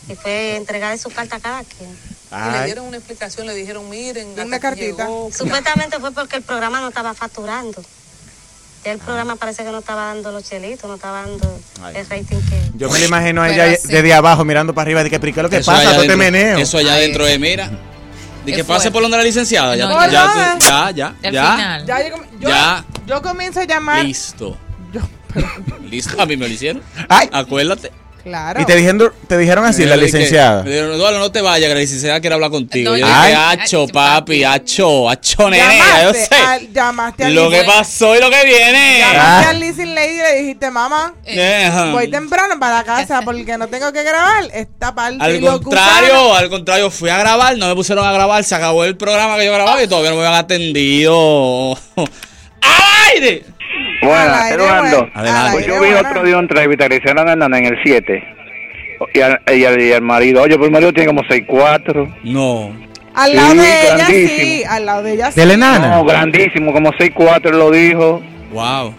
[SPEAKER 18] Y fue entregar su carta a cada quien.
[SPEAKER 17] Y le
[SPEAKER 6] Ay,
[SPEAKER 17] dieron una explicación, le dijeron, miren, hasta
[SPEAKER 3] Una
[SPEAKER 17] aquí
[SPEAKER 3] cartita.
[SPEAKER 17] llegó.
[SPEAKER 18] Supuestamente fue porque el programa no estaba facturando. Ya
[SPEAKER 3] Ah.
[SPEAKER 18] el programa parece que no estaba dando los chelitos, no estaba dando
[SPEAKER 6] Ay.
[SPEAKER 18] el rating que...
[SPEAKER 6] yo me la imagino a
[SPEAKER 7] Pero
[SPEAKER 6] ella
[SPEAKER 7] así-
[SPEAKER 6] desde abajo mirando para arriba de que "Pero, ¿qué es lo que
[SPEAKER 4] Eso
[SPEAKER 6] pasa,
[SPEAKER 4] allá
[SPEAKER 6] todo este
[SPEAKER 4] dentro-
[SPEAKER 6] meneo.
[SPEAKER 4] Eso allá dentro de mira. De
[SPEAKER 7] Qué
[SPEAKER 4] que pase
[SPEAKER 7] fuerte.
[SPEAKER 4] por donde la licenciada. Ya,
[SPEAKER 7] No,
[SPEAKER 4] ya,
[SPEAKER 3] ya.
[SPEAKER 4] tú- ya, ya,
[SPEAKER 7] Al
[SPEAKER 4] ya.
[SPEAKER 7] final.
[SPEAKER 3] Ya, yo, com- yo,
[SPEAKER 4] Ya.
[SPEAKER 3] yo comienzo a llamar.
[SPEAKER 4] Listo. Listo. A mí me lo hicieron.
[SPEAKER 6] Ay.
[SPEAKER 4] Acuérdate.
[SPEAKER 3] Claro.
[SPEAKER 6] Y te dijeron, te dijeron así,
[SPEAKER 4] Yo
[SPEAKER 6] la
[SPEAKER 4] le dije-
[SPEAKER 6] licenciada.
[SPEAKER 4] Me dijeron, Eduardo, no te vayas, que la licenciada quiere hablar contigo.
[SPEAKER 7] No, yo-
[SPEAKER 4] yo dije,
[SPEAKER 7] Ay.
[SPEAKER 4] hacho, papi, hacho, hacho, nene, ya yo
[SPEAKER 3] llamaste,
[SPEAKER 4] sé.
[SPEAKER 3] al, llamaste al
[SPEAKER 4] Lo que
[SPEAKER 3] Lizzie-
[SPEAKER 4] pasó y lo que Mm. viene.
[SPEAKER 3] Llamaste al Lizzie Lady y le dijiste, mamá,
[SPEAKER 4] Ajá.
[SPEAKER 3] voy temprano para la casa porque no tengo que grabar esta parte. y
[SPEAKER 4] Al
[SPEAKER 3] los gusanos-
[SPEAKER 4] contrario, al contrario, fui a grabar, no me pusieron a grabar, se acabó el programa que yo grababa y todavía no me habían atendido. [laughs] ¡Al aire!
[SPEAKER 3] Al
[SPEAKER 9] Buenas,
[SPEAKER 3] aire,
[SPEAKER 9] Eduardo.
[SPEAKER 3] buena. Adelante.
[SPEAKER 9] Pues
[SPEAKER 3] Al
[SPEAKER 9] yo vi
[SPEAKER 3] aire,
[SPEAKER 9] otro día una entrevista que le hicieron a Nana en el 7. Y al, y al- y al marido, oye, pues el marido tiene como 6'4.
[SPEAKER 4] No.
[SPEAKER 3] Al
[SPEAKER 16] Sí,
[SPEAKER 3] lado de ella
[SPEAKER 16] grandísimo.
[SPEAKER 3] sí, al lado de ella sí.
[SPEAKER 6] Ah.
[SPEAKER 16] No, grandísimo, como 6'4 él lo dijo.
[SPEAKER 4] Wow.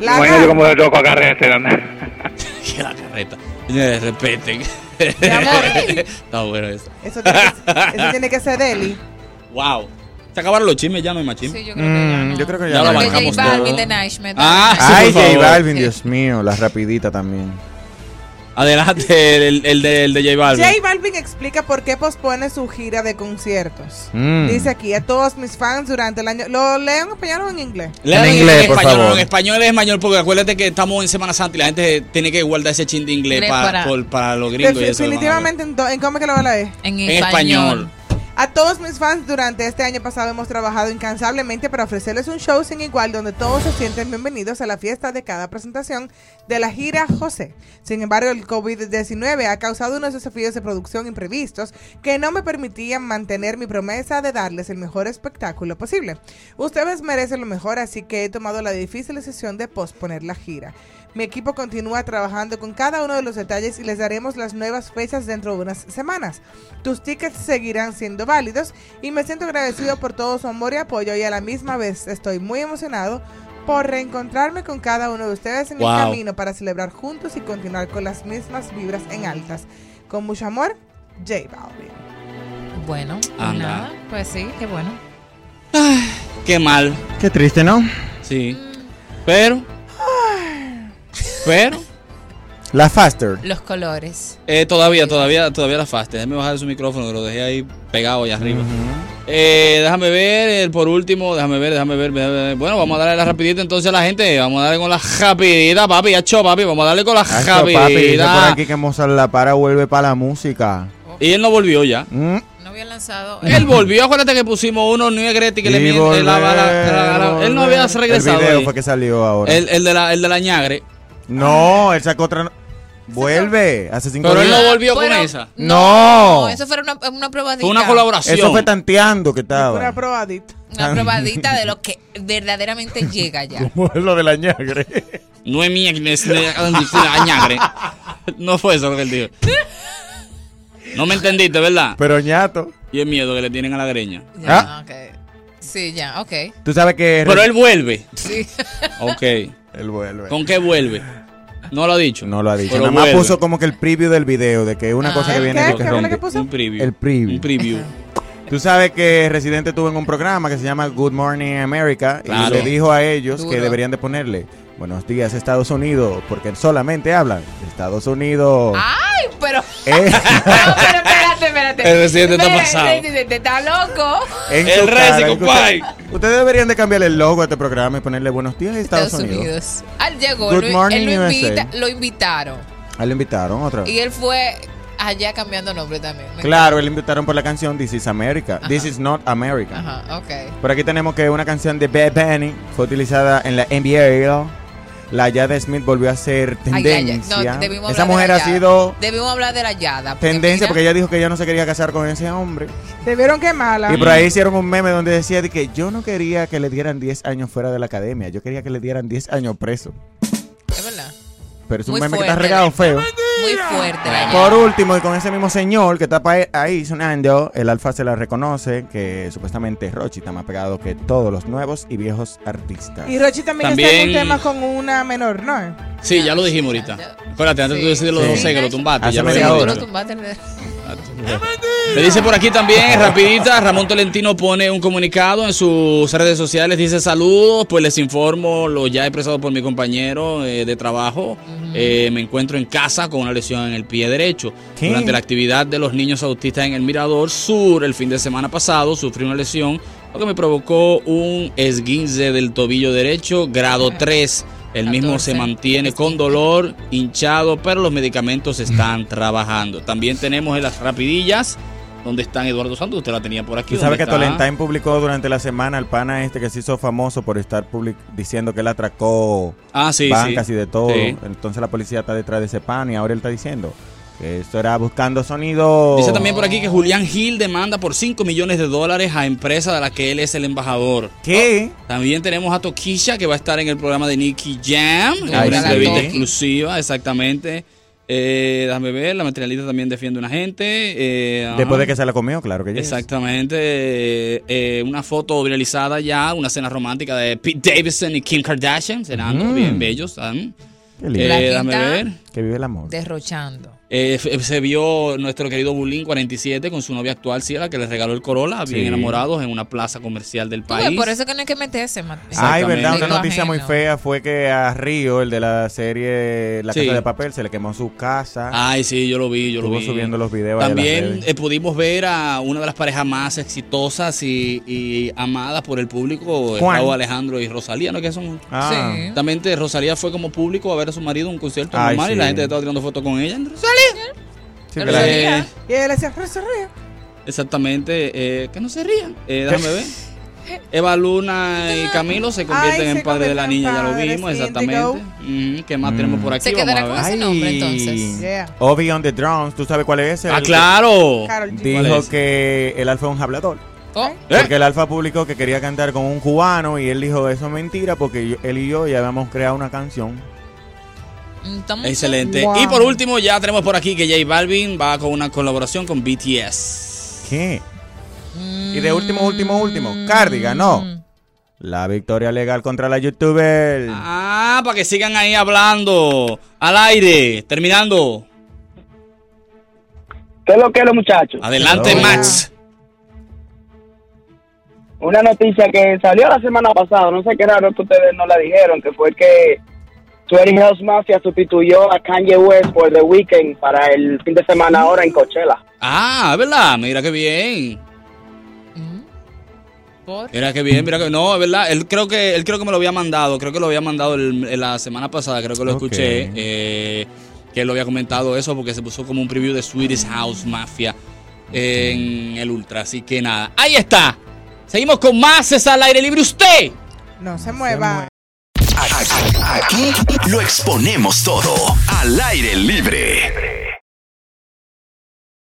[SPEAKER 3] La
[SPEAKER 16] Imagínate
[SPEAKER 3] gana.
[SPEAKER 16] cómo se tocó a carretera.
[SPEAKER 4] Que la carreta. Señores, respeten. [laughs] Está bueno eso.
[SPEAKER 3] Eso tiene que-
[SPEAKER 4] [laughs]
[SPEAKER 3] Eso tiene que ser Deli.
[SPEAKER 4] Wow. Se acabaron los chismes, ya no hay más chismes.
[SPEAKER 7] Sí, yo
[SPEAKER 6] creo que ya Mm, no. yo creo que ya
[SPEAKER 4] lo
[SPEAKER 6] no.
[SPEAKER 4] bancamos
[SPEAKER 7] J Balvin
[SPEAKER 4] todo.
[SPEAKER 7] de Nash me-
[SPEAKER 4] Ah, sí,
[SPEAKER 6] Ay,
[SPEAKER 4] por
[SPEAKER 6] J
[SPEAKER 4] favor.
[SPEAKER 6] Balvin, Dios mío, la rapidita también.
[SPEAKER 4] Adelante, el, el, de, el de J Balvin.
[SPEAKER 3] J Balvin explica por qué pospone su gira de conciertos.
[SPEAKER 4] Mm.
[SPEAKER 3] Dice aquí a todos mis fans durante el año. ¿Lo leen en español o en inglés?
[SPEAKER 4] Léalo
[SPEAKER 6] En inglés, por
[SPEAKER 4] español,
[SPEAKER 6] favor.
[SPEAKER 4] no, en español es español, porque acuérdate que estamos en Semana Santa y la gente tiene que guardar ese chin de inglés
[SPEAKER 3] Inglés
[SPEAKER 4] para,
[SPEAKER 3] para-
[SPEAKER 4] por- para los gringos y eso.
[SPEAKER 3] Definitivamente, en, do- ¿en cómo es que lo va a leer?
[SPEAKER 4] hermano. En español.
[SPEAKER 3] A todos mis fans durante este año pasado hemos trabajado incansablemente para ofrecerles un show sin igual donde todos se sienten bienvenidos a la fiesta de cada presentación de la gira José. Sin embargo, el COVID-19 ha causado unos desafíos de producción imprevistos que no me permitían mantener mi promesa de darles el mejor espectáculo posible. Ustedes merecen lo mejor, así que he tomado la difícil decisión de posponer la gira. Mi equipo continúa trabajando con cada uno de los detalles y les daremos las nuevas fechas dentro de unas semanas. Tus tickets seguirán siendo válidos y me siento agradecido por todo su amor y apoyo y a la misma vez estoy muy emocionado por reencontrarme con cada uno de ustedes en
[SPEAKER 19] Wow.
[SPEAKER 3] el camino para celebrar juntos y continuar con las mismas vibras en altas. Con mucho amor, J Balvin.
[SPEAKER 7] Bueno, pues
[SPEAKER 4] Anda.
[SPEAKER 7] nada, pues sí, qué bueno.
[SPEAKER 4] Qué mal.
[SPEAKER 6] Qué triste, ¿no?
[SPEAKER 4] Sí. Pero. Pero.
[SPEAKER 6] La Faster.
[SPEAKER 7] Los colores.
[SPEAKER 4] Eh, todavía, todavía, todavía la faste. Déjame bajar su micrófono que lo dejé ahí pegado allá arriba. Eh, déjame ver, el por último, déjame ver, déjame ver, déjame ver. Bueno, vamos a darle la rapidita entonces a la gente. Vamos a darle con la rapidita, papi. Hacho, papi. Vamos a darle con la
[SPEAKER 6] Acho, papi, dice por
[SPEAKER 4] rapidita.
[SPEAKER 6] aquí que Mozart La Para vuelve para la música.
[SPEAKER 4] Y él no volvió ya.
[SPEAKER 6] Mm.
[SPEAKER 7] No había lanzado.
[SPEAKER 4] Él volvió, acuérdate que pusimos uno, New Gretti, que le
[SPEAKER 6] Y
[SPEAKER 4] miente la bala. la- la- la- Él no había
[SPEAKER 6] El
[SPEAKER 4] regresado.
[SPEAKER 6] video
[SPEAKER 4] ahí.
[SPEAKER 6] fue que salió ahora.
[SPEAKER 4] El, el de la, el de la ñagre.
[SPEAKER 6] No, él sacó otra. no- Vuelve, hace cinco
[SPEAKER 4] Ah. Pero él
[SPEAKER 6] días.
[SPEAKER 4] no volvió
[SPEAKER 7] Bueno,
[SPEAKER 4] con esa.
[SPEAKER 6] No,
[SPEAKER 7] No, eso fue una, una probadita.
[SPEAKER 6] Fue una
[SPEAKER 4] colaboración.
[SPEAKER 6] eso fue tanteando que estaba. [laughs]
[SPEAKER 3] probadita.
[SPEAKER 7] Una probadita de lo que verdaderamente llega
[SPEAKER 6] [laughs]
[SPEAKER 7] ya.
[SPEAKER 6] lo de la ñagre.
[SPEAKER 4] No es mía, es de- la ñagre. No fue eso lo que él dijo. No me entendiste, ¿verdad?
[SPEAKER 6] Pero ñato.
[SPEAKER 4] Y el miedo que le tienen a la greña.
[SPEAKER 6] Ah,
[SPEAKER 7] Sí, ya, ok.
[SPEAKER 6] Tú sabes que.
[SPEAKER 4] Pero él vuelve.
[SPEAKER 7] Sí.
[SPEAKER 4] Ok.
[SPEAKER 6] Él vuelve.
[SPEAKER 4] ¿Con qué vuelve? No lo ha dicho.
[SPEAKER 6] No lo ha dicho.
[SPEAKER 4] Pero
[SPEAKER 6] Nada más
[SPEAKER 4] vuelve.
[SPEAKER 6] puso como que el preview del video, de que una cosa que
[SPEAKER 4] ¿El
[SPEAKER 6] viene
[SPEAKER 4] qué?
[SPEAKER 6] lo que
[SPEAKER 4] ¿Qué fue lo que
[SPEAKER 6] rompe.
[SPEAKER 4] puso? Un preview.
[SPEAKER 6] El preview.
[SPEAKER 4] Un preview.
[SPEAKER 6] Tú sabes que Residente tuvo en un programa que se llama Good Morning America
[SPEAKER 4] Claro.
[SPEAKER 6] y le dijo a ellos que
[SPEAKER 4] Duro.
[SPEAKER 6] deberían de ponerle Buenos días Estados Unidos, porque solamente hablan de Estados Unidos.
[SPEAKER 7] Ay,
[SPEAKER 6] [laughs]
[SPEAKER 7] pero. [laughs]
[SPEAKER 6] Eh,
[SPEAKER 7] No, pero espérate, espérate.
[SPEAKER 6] El residente está
[SPEAKER 7] Espérate,
[SPEAKER 6] pasado.
[SPEAKER 7] residente está loco.
[SPEAKER 6] en
[SPEAKER 4] El
[SPEAKER 6] su cara,
[SPEAKER 4] Resi,
[SPEAKER 6] en su-
[SPEAKER 4] compadre.
[SPEAKER 6] Ustedes deberían de cambiarle el logo a este programa y ponerle Buenos días Estados, Unidos.
[SPEAKER 7] Él llegó,
[SPEAKER 6] Good
[SPEAKER 7] lo-
[SPEAKER 6] morning,
[SPEAKER 7] él lo,
[SPEAKER 6] USA.
[SPEAKER 7] invita- lo invitaron.
[SPEAKER 6] Ahí Ah, lo invitaron otra vez.
[SPEAKER 7] Y él fue allá cambiando nombre también. Me
[SPEAKER 6] Claro, le invitaron por la canción This is America. This is not America.
[SPEAKER 7] Ajá, ok.
[SPEAKER 6] Por aquí tenemos que una canción de Bad Bunny fue utilizada en la NBA. La Yada Smith volvió a ser
[SPEAKER 7] Ay,
[SPEAKER 6] tendencia.
[SPEAKER 7] ya, ya. No, debimos
[SPEAKER 6] Esa
[SPEAKER 7] hablar de
[SPEAKER 6] mujer
[SPEAKER 7] la
[SPEAKER 6] ha
[SPEAKER 7] Yada.
[SPEAKER 6] sido
[SPEAKER 7] Debimos hablar de la Yada.
[SPEAKER 6] tendencia porque ella dijo que ella no se quería casar con ese hombre.
[SPEAKER 3] Te vieron qué mala.
[SPEAKER 6] Y por ahí hicieron un meme donde decía de que yo no quería que le dieran 10 años fuera de la academia, yo quería que le dieran 10 años preso.
[SPEAKER 7] Es verdad.
[SPEAKER 6] Pero es un
[SPEAKER 7] Muy
[SPEAKER 6] meme que
[SPEAKER 7] fuerte,
[SPEAKER 6] está regado feo.
[SPEAKER 7] Muy fuerte la Yada.
[SPEAKER 6] Por último, y con ese mismo señor que está pa- ahí sonando, el alfa se la reconoce, que supuestamente Rochi está más pegado que todos los nuevos y viejos artistas.
[SPEAKER 3] Y Rochi también, está en un
[SPEAKER 4] También-
[SPEAKER 3] tema con una menor, ¿no?
[SPEAKER 4] Sí, ya lo dijimos ahorita. Acuérdate, antes tú decías los
[SPEAKER 6] Sí.
[SPEAKER 4] 12 que lo tumbaste.
[SPEAKER 6] Hace
[SPEAKER 4] Ya lo
[SPEAKER 6] media
[SPEAKER 4] dijimos
[SPEAKER 6] hora.
[SPEAKER 4] ahorita. Me dice por aquí también, rapidita, Ramón Tolentino pone un comunicado en sus redes sociales, dice saludos, pues les informo lo ya expresado por mi compañero eh, de trabajo, Eh, me encuentro en casa con una lesión en el pie derecho.
[SPEAKER 6] ¿Qué?
[SPEAKER 4] Durante la actividad de los niños autistas en el Mirador Sur el fin de semana pasado sufrí una lesión, lo que me provocó un esguince del tobillo derecho, grado 3. El mismo se mantiene con dolor, hinchado, pero los medicamentos están trabajando. También tenemos en las rapidillas, donde están Eduardo Santos, usted la tenía por aquí.
[SPEAKER 6] Tú sabes que
[SPEAKER 4] ¿dónde está?
[SPEAKER 6] Tolentine publicó durante la semana el pana este que se hizo famoso por estar public- diciendo que él atracó
[SPEAKER 4] Ah, sí,
[SPEAKER 6] bancas
[SPEAKER 4] sí.
[SPEAKER 6] y de todo.
[SPEAKER 4] Sí.
[SPEAKER 6] Entonces la policía está detrás de ese pana y ahora él está diciendo que esto era buscando sonido.
[SPEAKER 4] Dice también por aquí
[SPEAKER 6] Oh.
[SPEAKER 4] que Julián Gil demanda por 5 millones de dólares a empresa de la que él es el embajador.
[SPEAKER 6] ¿Qué?
[SPEAKER 4] También tenemos a Toquisha que va a estar en el programa de Nicky Jam. en
[SPEAKER 6] Ay,
[SPEAKER 4] una
[SPEAKER 6] sí.
[SPEAKER 4] entrevista
[SPEAKER 6] Toki.
[SPEAKER 4] exclusiva, exactamente. Eh, déjame ver, la materialista también defiende a una gente. eh, ajá.
[SPEAKER 6] Después de que se la comió, claro que ya.
[SPEAKER 4] Exactamente. eh, eh, una foto viralizada ya, una cena romántica de Pete Davidson y Kim Kardashian. Serán
[SPEAKER 6] Mm.
[SPEAKER 4] bien bellos. ¿saben?
[SPEAKER 6] Qué lindo.
[SPEAKER 4] Eh,
[SPEAKER 6] La
[SPEAKER 4] déjame
[SPEAKER 7] quinta.
[SPEAKER 4] ver.
[SPEAKER 6] Que vive el amor.
[SPEAKER 7] Derrochando.
[SPEAKER 4] Eh, f- se vio nuestro querido Bulín 47 con su novia actual Ciela, que le regaló el Corolla, bien
[SPEAKER 6] Sí.
[SPEAKER 4] enamorados, en una plaza comercial del
[SPEAKER 7] Tú ves,
[SPEAKER 4] país.
[SPEAKER 7] por eso que no hay que meterse, Mateo.
[SPEAKER 6] Ay, verdad, una
[SPEAKER 7] Digo
[SPEAKER 6] noticia muy
[SPEAKER 7] ajeno.
[SPEAKER 6] fea fue que a Río, el de la serie La
[SPEAKER 4] Sí.
[SPEAKER 6] Casa de Papel, se le quemó su casa.
[SPEAKER 4] Ay, sí, yo lo vi, yo lo
[SPEAKER 6] Estuvo
[SPEAKER 4] vi.
[SPEAKER 6] subiendo los videos. ahí en las
[SPEAKER 4] También
[SPEAKER 6] redes.
[SPEAKER 4] eh, pudimos ver a una de las parejas más exitosas y, y amadas por el público, eh,
[SPEAKER 6] ¿Cuál?
[SPEAKER 4] Raúl Alejandro y Rosalía, ¿no? Que son.
[SPEAKER 6] Ah.
[SPEAKER 4] Sí. También eh, Rosalía fue como público a ver a su marido en un concierto
[SPEAKER 6] Ay,
[SPEAKER 4] normal y
[SPEAKER 6] sí.
[SPEAKER 4] la gente estaba tirando fotos con ella.
[SPEAKER 3] ¡Salí!
[SPEAKER 6] Sí,
[SPEAKER 4] Eh,
[SPEAKER 6] claro.
[SPEAKER 3] Y él decía, pero se ríe.
[SPEAKER 4] exactamente, eh, que no se rían. Eh, déjame ver. Eva Luna y Camilo se convierten
[SPEAKER 3] Ay, se
[SPEAKER 4] en padres de la
[SPEAKER 3] convierten
[SPEAKER 4] niña, ya lo
[SPEAKER 3] padres,
[SPEAKER 4] vimos, exactamente. Ujú, ¿Qué más
[SPEAKER 6] Mm.
[SPEAKER 4] tenemos por aquí?
[SPEAKER 7] Se quedará
[SPEAKER 4] Vamos a
[SPEAKER 7] con
[SPEAKER 4] ver.
[SPEAKER 7] ese nombre
[SPEAKER 6] Ay.
[SPEAKER 7] entonces.
[SPEAKER 3] Yeah.
[SPEAKER 6] Obi on the Drums, ¿tú sabes cuál es ese?
[SPEAKER 4] Ah,
[SPEAKER 6] El que
[SPEAKER 4] claro. Eh,
[SPEAKER 3] Karol G.
[SPEAKER 6] Oh, Dijo
[SPEAKER 4] ¿Cuál es?
[SPEAKER 6] que el alfa es un hablador.
[SPEAKER 7] Oh,
[SPEAKER 6] Porque el Alfa publicó que quería cantar con un cubano y él dijo, eso es mentira porque yo- él y yo ya habíamos creado una canción.
[SPEAKER 7] entonces-
[SPEAKER 4] Excelente.
[SPEAKER 7] Wow.
[SPEAKER 4] Y por último, ya tenemos por aquí que J Balvin va con una colaboración con BTS.
[SPEAKER 6] ¿Qué? Y de último, último, último, Cardi ganó la victoria legal contra la youtuber.
[SPEAKER 4] Ah, para que sigan ahí hablando. Al aire. Terminando.
[SPEAKER 16] ¿Qué es lo que es lo, muchachos?
[SPEAKER 4] Adelante,
[SPEAKER 16] Hello.
[SPEAKER 4] Max.
[SPEAKER 16] Una noticia que salió la semana pasada, no sé qué raro que ustedes no la dijeron, que fue que Twenty House Mafia sustituyó a Kanye West por The Weeknd para el fin de semana ahora en Coachella.
[SPEAKER 4] Ah, es verdad. Mira qué bien. Mira qué bien, mira que no, es verdad, él creo que él creo que me lo había mandado, creo que lo había mandado el- el- la semana pasada, creo que lo
[SPEAKER 6] Ok.
[SPEAKER 4] escuché eh, que él lo había comentado eso porque se puso como un preview de Swedish House Mafia en el Ultra, así que nada. Ahí está. Seguimos con más es al aire libre usted.
[SPEAKER 3] No se mueva.
[SPEAKER 19] Aquí lo exponemos todo al aire libre.